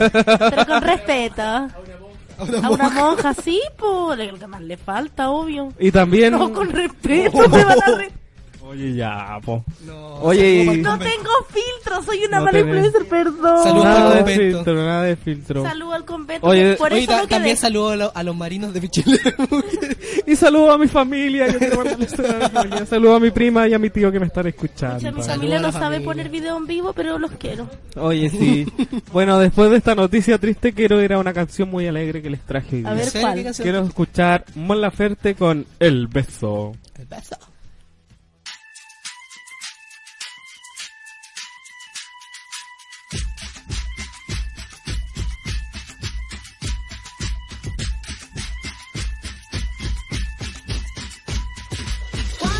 Speaker 1: Pero con respeto. A una monja, sí, pues. Lo que más le falta, obvio.
Speaker 3: Y también
Speaker 1: No, con
Speaker 2: Oh.
Speaker 1: respeto. te van a re-
Speaker 3: Oye, ya, po.
Speaker 2: No,
Speaker 3: Oye, y-
Speaker 1: No tengo filtro, soy una
Speaker 3: No
Speaker 1: mala
Speaker 3: tenés.
Speaker 1: influencer, perdón.
Speaker 2: Salud. al
Speaker 3: nada de
Speaker 2: convento.
Speaker 3: filtro, nada de filtro.
Speaker 1: Saludo al convento.
Speaker 3: Oye,
Speaker 1: por
Speaker 2: Oye,
Speaker 1: eso
Speaker 2: ta-
Speaker 1: lo
Speaker 2: también
Speaker 1: quedé.
Speaker 2: saludo a, lo- a los marinos de Michelle.
Speaker 3: Y saludo a mi familia, yo quiero mandarle saludo a mi familia. Saludo a mi prima y a mi tío que me están escuchando.
Speaker 1: Pucha, mi
Speaker 2: Saludo
Speaker 1: familia
Speaker 2: a la
Speaker 1: no sabe
Speaker 2: familia.
Speaker 1: poner video en vivo, pero los quiero. <laughs>
Speaker 3: Oye, sí. bueno, después de esta noticia triste, quiero ir a una canción muy alegre que les traje. hoy
Speaker 1: A
Speaker 3: día.
Speaker 1: ver.
Speaker 2: ¿En serio?
Speaker 1: ¿cuál?
Speaker 2: ¿Qué canción?
Speaker 3: Quiero escuchar Mon Laferte con El Beso.
Speaker 2: El beso.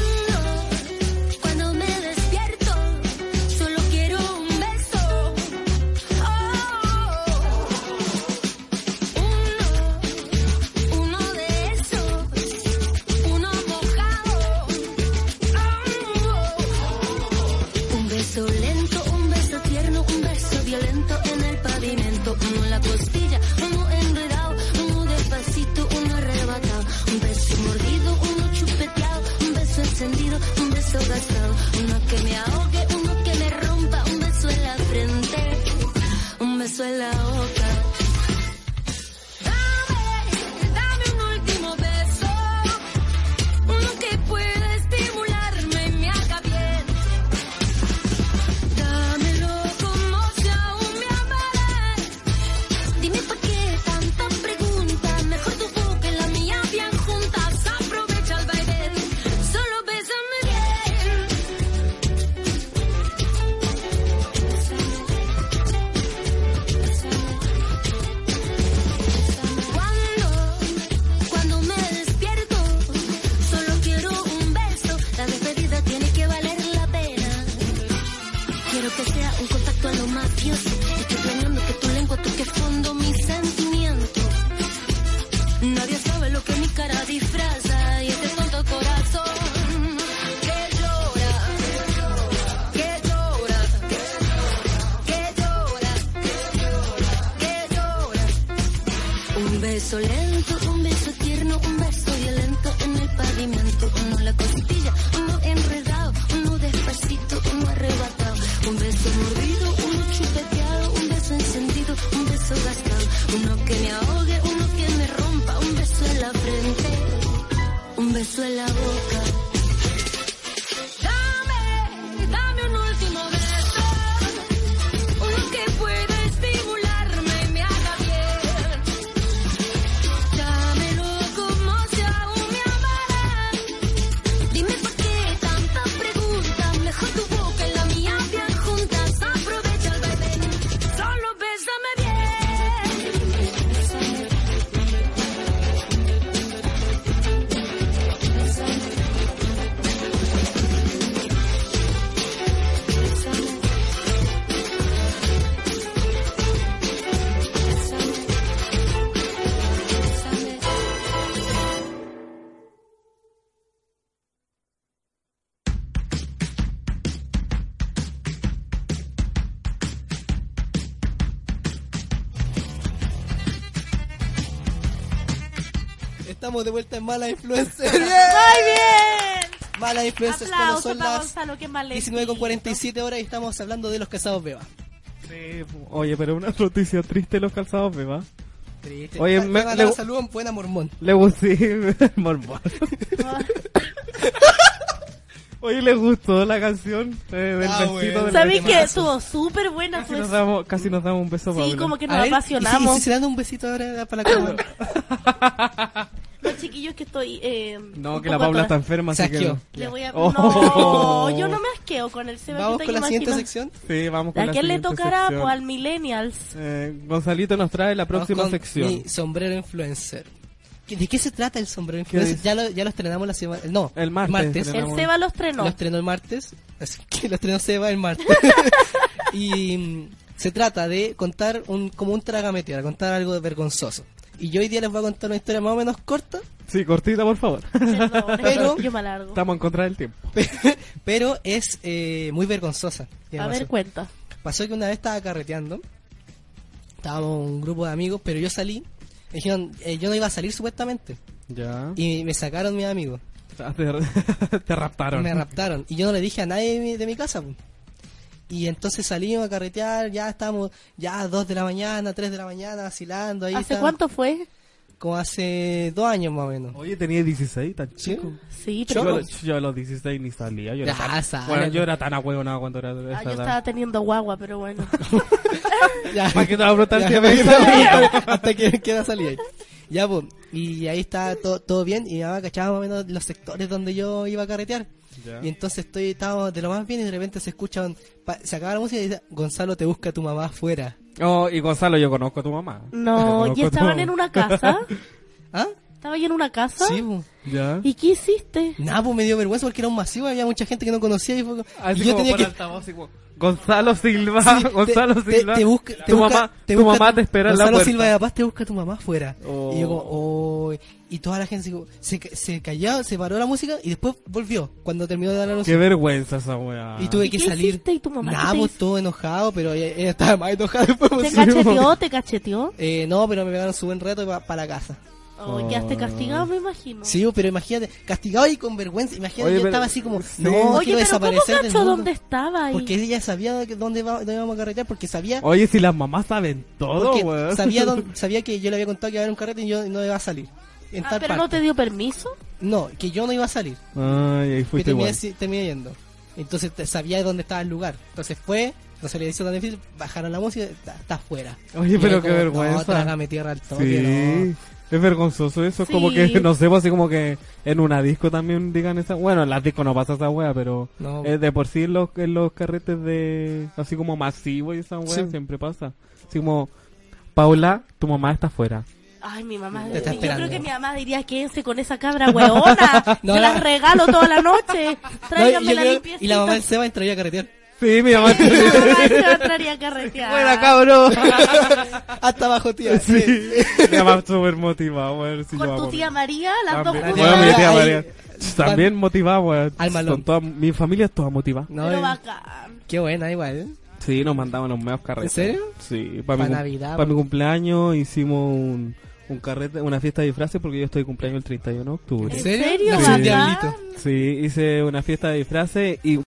Speaker 5: Cuando, cuando me despierto, solo quiero un beso. Oh, uno, uno de esos, uno mojado. Oh. un beso lento, un beso tierno, un beso violento en el pavimento, uno en la costilla, uno enredado, uno despacito, uno arrebatado, un beso mordido, uno chupeteado, un beso encendido, un beso gastado, uno que me ahogue, uno que me rompa, un beso en la frente, un beso en la boca. Dame, dame un último beso, uno que pueda estimularme y me haga bien. Dámelo como si aún me amaras. Dime por qué tanta pregunta. Mejor tu boca y la mía bien juntas. Aprovecha el baile. Solo bésame bien. Cuando, cuando me despierto, solo quiero un beso. La despedida tiene que valer la pena. Quiero que sea un contacto a lo mafioso. Estoy planeando que tu lengua toque fondo mi sentimiento. Nadie sabe lo que mi cara disfraza y este tonto corazón que llora, que llora, que llora, que llora. Un beso lento, un beso tierno, un beso violento en el pavimento, uno en la costilla, uno enredado, uno despacito, uno arrebatado, un beso mordido, uno chupeteado, un beso encendido, un beso gastado, uno que me ahogue, uno que me rompa, un beso en la frente, un beso en la boca. Dame, dame un último beso, uno que pueda estimularme y me haga bien. Dámelo como si aún me amaras. Dime por qué tantas preguntas. Mejor tu boca y la mía bien juntas. Aprovecha el baile. Solo bésame bien.
Speaker 2: Estamos de vuelta en Mala Influencer.
Speaker 1: <laughs>
Speaker 2: ¡Bien!
Speaker 1: ¡Muy
Speaker 2: Mala
Speaker 1: bien!
Speaker 2: Influencer cuando
Speaker 1: Aplausos
Speaker 2: son
Speaker 1: para
Speaker 2: las
Speaker 1: Gonzalo, qué mal
Speaker 2: 19 con 47 horas y estamos hablando de los casados beba.
Speaker 3: Sí, oye, pero una noticia triste los calzados, beba.
Speaker 2: Triste.
Speaker 3: Oye,
Speaker 2: me,
Speaker 3: me-
Speaker 2: me
Speaker 3: le-
Speaker 2: saludo en buena mormón.
Speaker 3: Le gustó, sí, <laughs> mormón.
Speaker 1: Ah.
Speaker 3: Oye, le gustó la canción eh, del
Speaker 2: Ah,
Speaker 3: vestido
Speaker 2: bueno.
Speaker 3: del
Speaker 1: ¿Sabéis
Speaker 2: Qué
Speaker 1: que
Speaker 2: temazo.
Speaker 1: estuvo súper buena?
Speaker 3: Casi
Speaker 1: Fue
Speaker 3: nos, damos, casi nos damos un beso,
Speaker 1: Sí,
Speaker 3: Paula.
Speaker 1: como que
Speaker 2: A
Speaker 1: nos
Speaker 2: ver, y si- Y si,
Speaker 1: apasionamos.
Speaker 2: se dan un besito ahora para la cámara.
Speaker 1: Los chiquillos que estoy... Eh,
Speaker 3: No,
Speaker 1: un
Speaker 3: que la
Speaker 1: poco
Speaker 3: Paula está
Speaker 1: atrás.
Speaker 3: enferma,
Speaker 2: Se
Speaker 3: así que...
Speaker 2: asqueó.
Speaker 1: Le voy a...
Speaker 3: Oh.
Speaker 1: No, <laughs> yo no me asqueo con el Seba
Speaker 2: Vamos
Speaker 1: que te
Speaker 2: con la siguiente
Speaker 1: imaginas.
Speaker 2: sección.
Speaker 3: Sí, vamos con
Speaker 1: ¿A
Speaker 3: la
Speaker 1: quién le
Speaker 3: siguiente
Speaker 1: tocará?
Speaker 3: sección.
Speaker 1: Pues al Millennials.
Speaker 3: Eh, Gonzalito nos trae la
Speaker 2: Vamos
Speaker 3: próxima
Speaker 2: con
Speaker 3: sección.
Speaker 2: Mi sombrero influencer. ¿Qué- ¿De qué se trata el sombrero
Speaker 3: ¿Qué
Speaker 2: influencer?
Speaker 3: dice?
Speaker 2: Ya lo, ya lo estrenamos la semana. No,
Speaker 3: El martes
Speaker 1: El
Speaker 3: estrenamos.
Speaker 1: Seba los
Speaker 2: Lo
Speaker 1: trenó.
Speaker 2: estrenó el martes. Así <laughs> que lo estrenó Seba el martes. <laughs> y mm, se trata de contar un, como un tragametera, contar algo vergonzoso. Y yo hoy día les voy a contar una historia más o menos corta, <laughs>
Speaker 3: Sí, cortita, por favor. <laughs>
Speaker 1: Perdón,
Speaker 2: Pero-
Speaker 1: <laughs> yo me alargo.
Speaker 3: Estamos en contra del tiempo.
Speaker 2: pero es eh, muy vergonzosa. ¿Qué
Speaker 1: A
Speaker 2: pasó?
Speaker 1: ver, cuenta.
Speaker 2: Pasó que una vez estaba carreteando. Estábamos un grupo de amigos, pero yo salí. Me dijeron, eh, yo no iba a salir supuestamente.
Speaker 3: Ya.
Speaker 2: Y me sacaron mis amigos.
Speaker 3: <laughs> Ah, Te, te raptaron.
Speaker 2: Me raptaron. Y yo no le dije a nadie de mi, de mi casa. po. Y entonces salimos a carretear, ya estábamos ya a 2 de la mañana, 3 de la mañana, vacilando. Ahí
Speaker 1: ¿Hace
Speaker 2: está-
Speaker 1: cuánto fue?
Speaker 2: Como hace dos años más o menos.
Speaker 3: Oye, tenía 16, tan chico.
Speaker 1: Sí,
Speaker 3: Yo,
Speaker 1: pero...
Speaker 3: yo a los 16 ni salía. Yo era,
Speaker 2: Ya,
Speaker 3: tan,
Speaker 2: sale.
Speaker 3: bueno, yo era tan ahueonado cuando era de
Speaker 1: Ah,
Speaker 3: esa
Speaker 1: yo
Speaker 3: edad.
Speaker 1: estaba teniendo guagua, pero bueno.
Speaker 2: <laughs> Ya.
Speaker 3: <laughs> ¿Para qué te va a brotar
Speaker 2: <laughs> Ya,
Speaker 3: si a
Speaker 2: me
Speaker 3: veces- <laughs>
Speaker 2: salí, hasta, hasta que queda salir. Ya, pues. Y ahí está todo, todo bien. Y ya cachaba más o menos los sectores donde yo iba a carretear.
Speaker 3: Ya.
Speaker 2: Y entonces estoy, estábamos de lo más bien y de repente se escucha, un- pa- se acaba la música y dice, Gonzalo te busca tu mamá afuera.
Speaker 3: Oh, y Gonzalo, yo conozco a tu mamá. Yo
Speaker 1: No,
Speaker 3: conozco
Speaker 1: ¿y
Speaker 3: a tu
Speaker 1: estaban
Speaker 3: mamá.
Speaker 1: en una
Speaker 3: <laughs>
Speaker 1: casa?
Speaker 2: ¿Ah?
Speaker 1: ¿Estaba ahí en una casa?
Speaker 2: Sí, pues.
Speaker 3: Ya.
Speaker 1: ¿Y qué hiciste?
Speaker 2: Nada, pues me dio vergüenza porque era un masivo, había mucha gente que no conocía y, fue como-
Speaker 3: Ah, Así
Speaker 2: y yo
Speaker 3: como
Speaker 2: tenía
Speaker 3: por
Speaker 2: que...
Speaker 3: altavoz, así como, Gonzalo Silva,
Speaker 2: <laughs> Sí,
Speaker 3: <laughs> Gonzalo
Speaker 2: te- te-
Speaker 3: Silva.
Speaker 2: te busca- te
Speaker 3: tu
Speaker 2: busca-
Speaker 3: mamá,
Speaker 2: te
Speaker 3: tu
Speaker 2: busca
Speaker 3: mamá
Speaker 2: tu-
Speaker 3: te espera en la
Speaker 2: Gonzalo
Speaker 3: puerta.
Speaker 2: Silva de Paz te busca tu mamá afuera.
Speaker 3: Oh.
Speaker 2: Y yo como, "Oh". Y toda la gente se, como- se, ca- se calló, se paró la música y después volvió cuando terminó de dar la
Speaker 3: Qué
Speaker 2: música.
Speaker 3: vergüenza esa weá.
Speaker 2: Y tuve
Speaker 1: ¿Y
Speaker 2: que
Speaker 1: qué
Speaker 2: salir.
Speaker 1: hiciste? ¿Y tu mamá
Speaker 2: Nah,
Speaker 1: qué te
Speaker 2: pues,
Speaker 1: hizo?
Speaker 2: todo enojado, pero ella, ella estaba más enojada después.
Speaker 1: ¿Te
Speaker 2: pues, sí, pues.
Speaker 1: cacheteó? ¿Te cacheteó?
Speaker 2: Eh, no, pero me pegaron su buen reto para la casa.
Speaker 1: Oh, y quedaste castigado, me imagino.
Speaker 2: Sí, pero imagínate, castigado y con vergüenza. Imagínate,
Speaker 3: Oye,
Speaker 2: yo
Speaker 3: pero-
Speaker 2: estaba así como,
Speaker 3: sí.
Speaker 2: no,
Speaker 1: Oye,
Speaker 2: quiero
Speaker 1: pero ¿cómo
Speaker 2: desaparecer del
Speaker 1: cacho
Speaker 2: mundo.
Speaker 1: dónde estaba ahí?
Speaker 2: Porque ella sabía que- dónde, va- dónde íbamos a carretear, porque sabía
Speaker 3: Oye, si las mamás saben todo,
Speaker 2: porque
Speaker 3: Oh, weón. <laughs>
Speaker 2: sabía, dónde- sabía que yo le había contado que iba a haber un carrete y yo no iba a salir. En
Speaker 1: Ah,
Speaker 2: tal
Speaker 1: pero
Speaker 2: parte.
Speaker 1: no te dio permiso.
Speaker 2: No, que yo no iba a salir.
Speaker 3: Ay, ahí
Speaker 2: Que
Speaker 3: fuiste
Speaker 2: terminé,
Speaker 3: igual.
Speaker 2: si- terminé yendo. Entonces te- sabía dónde estaba el lugar. Entonces fue, no se le hizo tan difícil, bajaron la música, está, está afuera.
Speaker 3: Oye,
Speaker 2: Y
Speaker 3: pero
Speaker 2: yo
Speaker 3: qué
Speaker 2: como, No,
Speaker 3: vergüenza.
Speaker 2: trágame tierra al toque,
Speaker 3: Sí. Es vergonzoso eso, como
Speaker 1: Sí.
Speaker 3: que, <laughs> no sé, pues, así como que en una disco también digan esa, bueno, en las discos no pasa esa wea, pero
Speaker 2: No.
Speaker 3: eh, de por sí en los, en los carretes de, así como masivo y esa wea
Speaker 2: Sí.
Speaker 3: siempre pasa. Así como, Paula, tu mamá está afuera.
Speaker 1: Ay, mi mamá.
Speaker 2: Te está
Speaker 1: Yo creo
Speaker 2: esperando.
Speaker 1: que mi mamá diría, quédense con esa cabra hueona.
Speaker 2: <laughs> No,
Speaker 1: Te
Speaker 2: la-
Speaker 1: las regalo toda la noche.
Speaker 2: <laughs> no. No, y,
Speaker 1: Tráiganme
Speaker 2: yo
Speaker 1: la
Speaker 2: creo-
Speaker 1: limpiecita.
Speaker 2: y la
Speaker 1: <laughs>
Speaker 2: mamá del Seba entraría a carretear. <laughs>
Speaker 3: Sí, mi mamá
Speaker 1: Mi mamá se va a traer a carretear.
Speaker 3: Buena, cabrón.
Speaker 2: Hasta abajo,
Speaker 3: <laughs>
Speaker 2: tía.
Speaker 3: sí. Mi mamá súper motivada, weón. si yo
Speaker 1: Con tu
Speaker 3: amo.
Speaker 1: tía María, las dos
Speaker 3: También,
Speaker 1: juntas.
Speaker 3: Bueno, mi tía
Speaker 2: Ahí-
Speaker 3: María. También motivada, weón.
Speaker 2: Al malón.
Speaker 3: Son todas- Mi familia es toda motivada.
Speaker 2: No,
Speaker 1: Pero
Speaker 2: eh,
Speaker 1: bacán.
Speaker 2: qué buena, igual.
Speaker 3: Sí, nos mandaban los medios carretes.
Speaker 2: ¿En serio?
Speaker 3: Sí, para
Speaker 2: Pa'
Speaker 3: mi, cum-
Speaker 2: Navidad, pues.
Speaker 3: pa' mi
Speaker 2: po.
Speaker 3: cumpleaños hicimos un, un carrete, una fiesta de disfraces porque yo estoy de cumpleaños el 31 de octubre.
Speaker 1: ¿En
Speaker 2: serio?
Speaker 1: serio?
Speaker 3: Sí.
Speaker 2: Nació un
Speaker 1: bacán?
Speaker 2: diablito.
Speaker 3: Sí, hice una fiesta de disfraces y